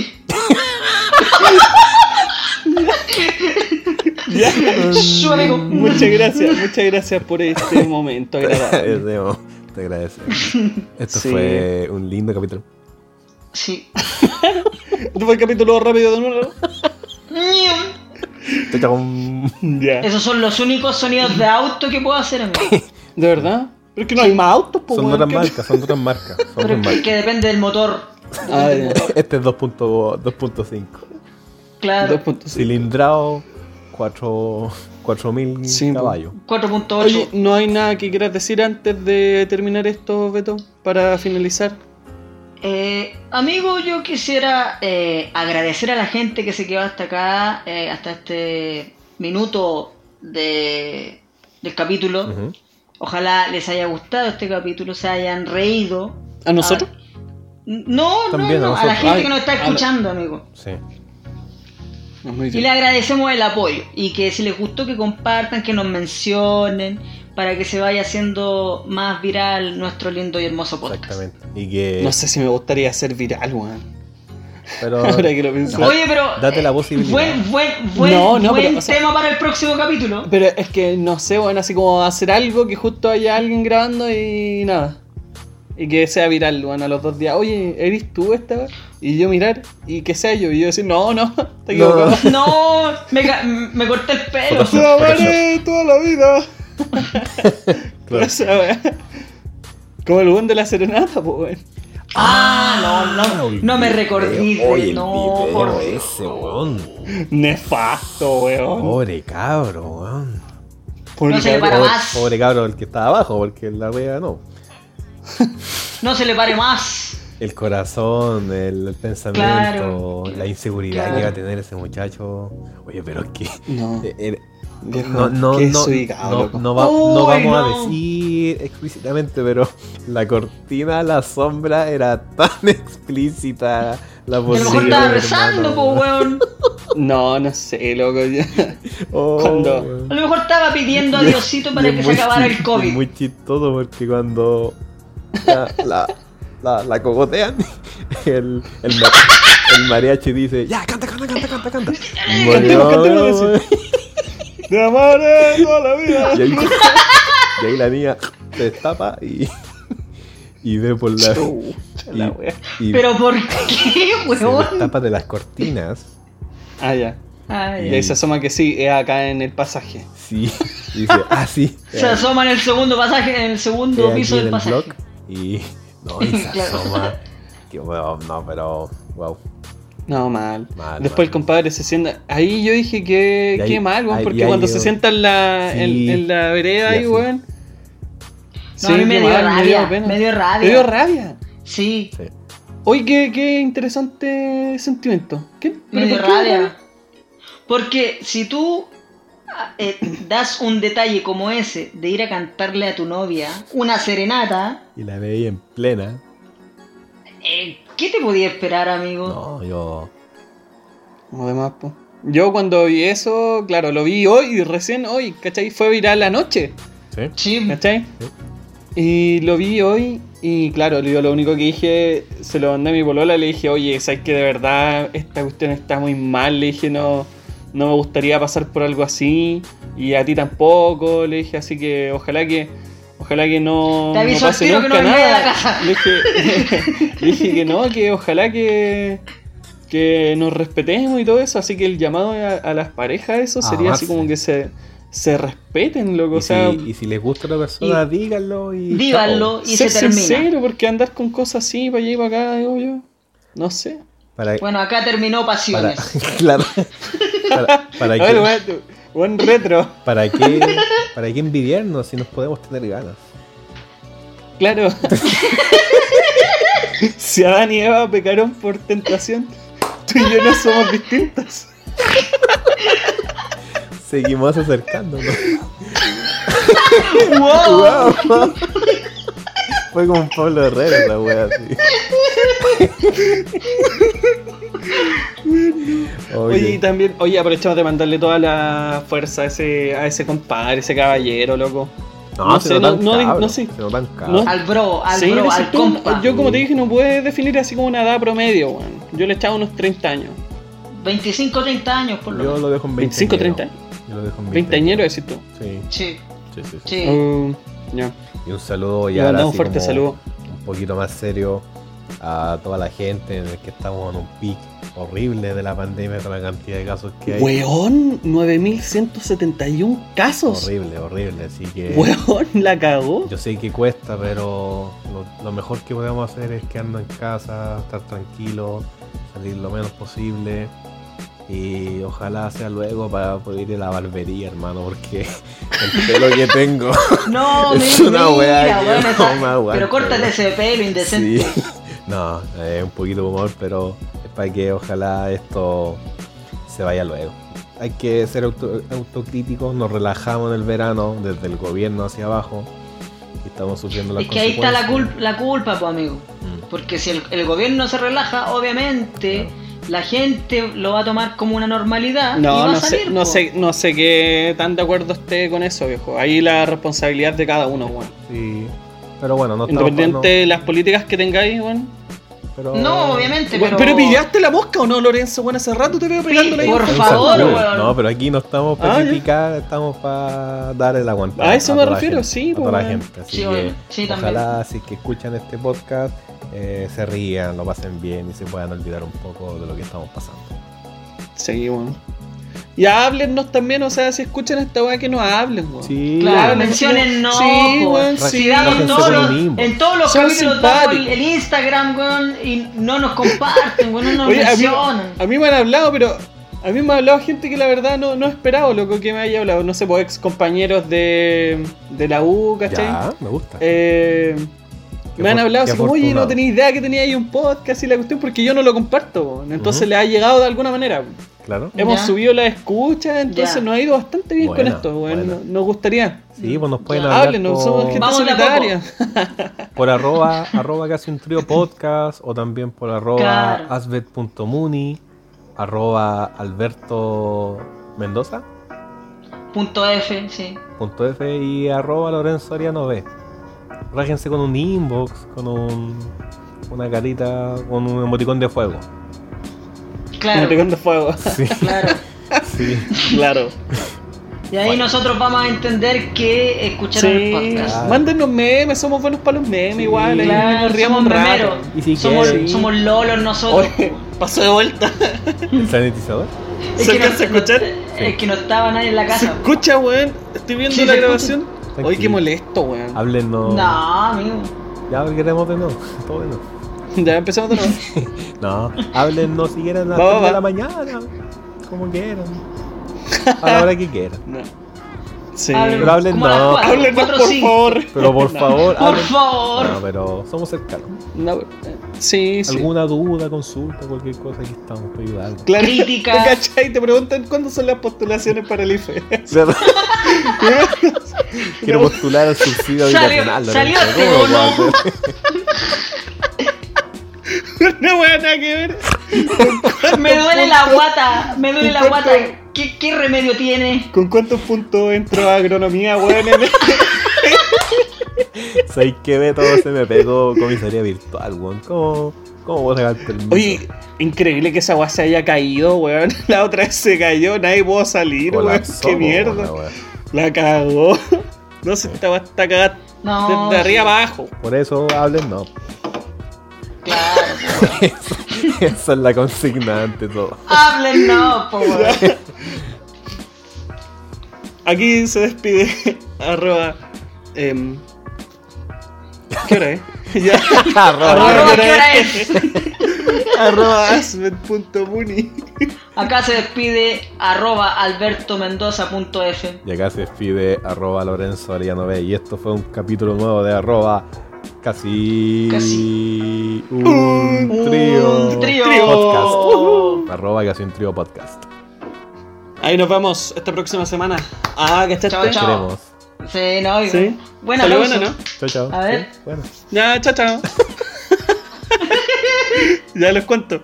Ya,
Su amigo.
Muchas gracias, muchas gracias por este momento agradable.
Agradecemos, oh, Te agradecemos. Esto
Sí.
fue un lindo capítulo.
Sí.
Este fue el capítulo rápido de nuevo.
¡Niun!
Chao, chao.
Ya.
Esos son los únicos sonidos de auto que puedo hacer, amigo.
¿De verdad? Pero es que no hay más autos, po,
Son de
weón,
otras
que-
marcas, son de otras marcas. Son de
Pero
otras
es
marcas.
que depende del motor.
Ah, ya.
Este es 2.2, 2.5.
Claro.
2.5.
Cilindrado, 4 4000
Sí, po.
caballos.
4.8.
Oye, ¿no hay nada que quieras decir antes de terminar esto, Beto? Para finalizar.
Eh, amigo, yo quisiera eh, agradecer a la gente que se quedó hasta acá, eh, hasta este minuto de, del capítulo.
Ujú.
Ojalá les haya gustado este capítulo, se hayan reído.
¿A nosotros?
Ah, No,
También a
no, no, a la
nosotros.
gente
Ay,
que nos está
a la-
escuchando, amigo.
Sí.
No, muy
Y
bien.
le agradecemos el apoyo y que si les gustó que compartan, que nos mencionen, para que se vaya haciendo más viral nuestro lindo y hermoso podcast.
Exactamente. Y que.
No sé si me gustaría ser viral, weón.
Pero.
Ahora que lo pienso.
Da-
Oye, pero
Date la
eh,
posibilidad.
Buen, buen, buen,
No, no,
buen
pero, o sea-
tema para el próximo capítulo.
Pero es que no sé, bueno, así como hacer algo que justo haya alguien grabando y nada. Y que sea viral, bueno, a los dos días. Oye, ¿eres tú esta vez? Y yo mirar, y que sea yo. Y yo decir, no, no, te
No.
equivocado.
No, me, ca- me corté el pelo.
Se la amaré toda la vida.
Claro.
Esa wea. Como el buen de la serenata, pues, weón.
Ah, no, no,
el
no me
video.
recordé.
Oye, el
no,
video
por-
ese, weón.
Nefasto, weón.
Pobre cabro, weón.
Pobre
No se le
cabrón.
para
Pobre,
más.
pobre cabro el que está abajo, porque la wea no.
no se le pare más.
El corazón, el, el pensamiento,
Claro.
la inseguridad
Claro.
que va a tener ese muchacho. Oye, pero es que.
No,
eh, eh,
viejo,
no, no,
qué
no,
desubicado,
no-
loco.
no va- no
Uy,
vamos
no.
a decir explícitamente, pero la cortina, la sombra era tan explícita. La
A lo mejor
posibilidad
estaba
de
rezando,
Pues hermano.
po, weón.
No, no sé, loco. yo-
Oh,
Cuando-
weón.
A lo mejor estaba pidiendo a
Y es-
Diosito para
y es
que se
muy
acabara
chis-
el COVID.
Es muy chistoso porque cuando la, la, la, la cogotean, el, el, ma- el mariachi dice: Ya, canta, canta, canta, canta, canta.
Cantemos,
Bueno,
cantemos, dice. Te amaré toda la vida.
y, ahí, y ahí la niña se destapa y, y ve por la.
Chu,
y-
la wea.
y
Pero ¿por qué,
se
weón?
destapa de las cortinas.
Ah, ya.
Ay,
Y ahí se asoma que sí, es acá en el pasaje.
Sí, y dice: Ah, sí.
Se
eh,
asoma en el segundo pasaje, en el
Estoy
segundo
aquí
piso
en
del
el
pasaje.
blog y no, y se
Claro.
asoma. Que wow, no, pero wow.
No, mal.
Mal,
Después
mal.
el compadre se sienta. Ahí yo dije que
Y ahí-
qué mal, weón,
ahí-
porque
y ahí
cuando
yo-
se sienta en la,
Sí.
en, en la vereda
Sí,
ahí,
así.
weón.
No, a mí me
qué
dio
mal,
rabia,
pena.
me dio rabia.
Me dio rabia.
Sí,
Sí.
Oye, qué, qué interesante sentimiento. ¿Qué,
me
pero
dio
por qué,
rabia.
weón?
Porque si tú ah, eh, das un detalle como ese de ir a cantarle a tu novia una serenata,
Y la veía en plena.
eh, ¿qué te podía esperar, amigo?
No, yo.
Como de más, po. Yo cuando vi eso, claro, lo vi hoy, recién hoy, ¿cachai? Fue viral la noche.
Sí.
Sí,
¿Cachai?
Sí.
Y lo vi hoy y claro, yo lo único que dije, se lo mandé a mi polola, le dije, oye, ¿sabes que de verdad esta cuestión está muy mal? Le dije, no, no me gustaría pasar por algo así y a ti tampoco, le dije, así que ojalá que... Ojalá que no,
Te aviso
no
al
pase
tiro que
nunca
no vengáis a la casa".
nada. Le dije, le dije que no, que ojalá que, que nos respetemos y todo eso. Así que el llamado a, a las parejas, eso sería así
Amarse.
como que se, se respeten, loco.
Y,
o sea,
si, y si les gusta la persona, díganlo y.
díganlo y
ser
se termina.
sincero, porque andar con cosas así, para allá y para acá, digo yo. No sé.
chao. Para,
Bueno, acá terminó
para,
Pasiones.
claro. Para, para,
A ver,
qué,
weón, buen retro.
para, qué, para qué envidiarnos si nos podemos tener ganas.
Claro. si Adán y Eva pecaron por tentación, tú y yo no somos distintos.
Seguimos acercándonos.
¡Wow!
Wow. Fue como un Pablo Herrera la wea así.
Oye, y también, oye, aprovechamos de mandarle toda la fuerza a ese, a ese compadre, ese caballero, loco. no sé, no- no di- no sé. No-
Al bro, al
Sí,
bro,
dices
al
tú,
compa.
Yo, como te dije, no puedes definir así como una edad promedio, weón. Yo le echaba unos 30 años.
25, 30 años por lo
Yo
menos.
lo dejo en
25,
25,
30.
Yo lo dejo en 20.
Veinteañero, decís tú.
Sí,
Sí,
sí, sí, sí.
sí.
Um, ya.
Y un saludo
Le
ya. ahora
mandamos un
así
fuerte
como
saludo.
Un poquito más serio a toda la gente en el que estamos en un pic horrible de la pandemia con la cantidad de casos que hay.
Weón, 9171 casos.
Horrible, horrible. Así que.
Weón, la cagó.
Yo sé que cuesta, pero lo, lo mejor que podemos hacer es quedarnos en casa, estar tranquilos, salir lo menos posible. Y ojalá sea luego para poder ir a la barbería, hermano, porque el pelo que tengo.
No,
Es
mi-
una
mira,
weá que
bueno,
no
está-
me aguanto,
Pero córtate
weón.
ese pelo indecente.
Sí. No, es un poquito de humor, pero es para que ojalá esto se vaya luego. Hay que ser auto- autocríticos, nos relajamos en el verano, desde el gobierno hacia abajo. Y estamos sufriendo la Mm.
Es que ahí está la, cul- la culpa, pues amigo. Porque si el, el gobierno se relaja, obviamente la gente lo va a tomar como una normalidad y va
No,
a
no
salir.
sé, no,
pues.
sé, no sé qué tan de acuerdo esté con eso, viejo. Ahí la responsabilidad de cada uno, weón.
Sí. Pero bueno, no estamos...
Independiente de las políticas que tengáis, weón.
no, pero-
No, obviamente,
Weón,
Este, pero.
Pero pillaste la mosca o no, Lorenzo, weón. Hace rato te veo pegándole ahí.
por
Un
favor,
saludo.
weón.
No, pero aquí no estamos para
Ah, ya.
criticar, estamos para dar el aguantado.
A eso me
toda la
refiero,
gente,
sí,
A
pues,
toda la
weón.
gente. Así
Sí,
que
weón. Sí, también.
ojalá, si es que escuchan este podcast, eh, se rían, lo pasen bien y se puedan olvidar un poco de lo que estamos pasando.
Sí, weón. Y háblennos también, o sea, si escuchan esta weá que nos hablen, weón.
Sí,
Claro,
weón.
mencionen no.
Sí,
po.
weón,
Si
sí.
damos
Bájense
en todos
por
los,
ahí mismo.
en todos los
Son
capítulos damos el,
simpáticos.
el Instagram, weón, y no nos comparten, weón, no nos
Oye, a mí,
mencionan.
a mí me han hablado, pero a mí me ha hablado gente que la verdad no, no he esperado, loco, que me haya hablado. No sé, pues ex compañeros de, de la U, ¿cachai?
Ya, me gusta.
Eh,
Qué
me han
afor-
hablado
qué
así como, oye, no
afortunado.
tenía idea que tenía ahí un podcast y la cuestión, porque yo no lo comparto. weón. Entonces
Ujú.
le ha llegado de alguna manera.
Claro.
Hemos
Ya.
subido la escucha, entonces
Ya.
nos ha ido bastante bien con
Buena,
esto. weón.
buena.
Nos- Nos gustaría.
Sí, pues nos pueden hablar
Háblenos,
por,
somos gente
Vamos de a poco.
solitaria.
por arroba, arroba casi un trío podcast o también por arroba
Claro.
asbet.muni, arroba alberto mendoza
Punto F, sí.
punto F y arroba Lorenzo Ariano B. Rájense con un inbox, con un, una carita, con un emoticón de fuego.
Como te
Claro,
cuento fuego.
Sí,
claro.
sí.
claro.
Y ahí nosotros vamos a entender que escucharon el
Sí.
podcast.
Claro.
Mándenos memes, somos buenos para los memes,
Sí,
igual. ahí
Claro,
nos ríamos
somos
un rato.
memeros.
Y si
somos,
quieren-
somos lolos nosotros.
Oye, pasó de vuelta.
¿El sanitizador?
¿Se alcanza a escuchar?
es que no estaba nadie en la
¿Se
casa.
escucha, weón? Estoy viendo
Sí,
la
se
grabación.
escucha.
Oye, qué
Tranquilo.
molesto, weón.
Háblenos.
No, amigo.
Ya queremos de nuevo. Todo de nuevo.
Ya empezamos de nuevo.
No, háblennos si quieren a las
Va, va,
3 de
va.
la mañana. Como quieran. A la hora que quieran.
No. Sí.
Hablen-
Pero hablen
como a las
no.
cuatro,
Háblenos,
cuatro,
por
cinco.
favor.
Pero por favor,
Por
hablen-
favor.
No, pero somos cercanos.
No, eh, sí, sí.
¿Alguna duda, consulta, cualquier cosa que estamos para ayudar?
Claro,
Crítica.
¿Te cachai? Te preguntan cuándo son las postulaciones para el E. IFE.
Quiero postular al subsidio
Salió-
habitacional.
salió
Lorenzo,
este
¿cómo lo
bono.
puedo hacer?
no weón, nada que ver.
Me duele la guata, me duele la guata.
Punto.
¿Qué, qué remedio tiene?
¿Con cuántos puntos entró a agronomía, weón? en el-
¿Sabes qué ve todo se me pegó comisaría virtual, weón? ¿Cómo, cómo voy a sacar permiso?
Oye, increíble que esa weá se haya caído, weón. La otra vez se cayó, nadie pudo salir, weón.
Colapsó,
Qué
po,
mierda.
la wea.
La cagó. No se estaba hasta cagada
No.
desde arriba abajo.
Por eso hablen, no.
Claro.
Esa es la consigna ante todo.
Hablen no, po, weón.
Aquí se despide arroba. em, ¿Qué hora es? ya.
Arroba,
Arroba,
¿qué hora es?
arroba asmed.muni.
Acá se despide arroba albertomendoza.f.
Y acá se despide arroba Lorenzo Ariano B. Y esto fue un capítulo nuevo de arroba casi,
Casi.
un, trío,
Un trío.
podcast.
Oh.
Arroba casi un trío podcast.
Ahí nos vemos esta próxima semana. Ah, ¿cachaste?
Chao, chao.
Queremos.
Sí, no, y-
Sí.
Buena
Salió
pausa.
bueno, ¿no?
Chao, chao.
A ver.
Sí, Bueno,
Ya, chao, chao. ya los cuento.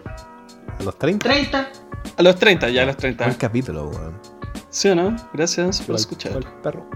a los 30.
30.
A los 30, ya a los
Un
30.
capítulo, weón.
¿Sí o no? Gracias por
Igual-
escuchar.
igual perro.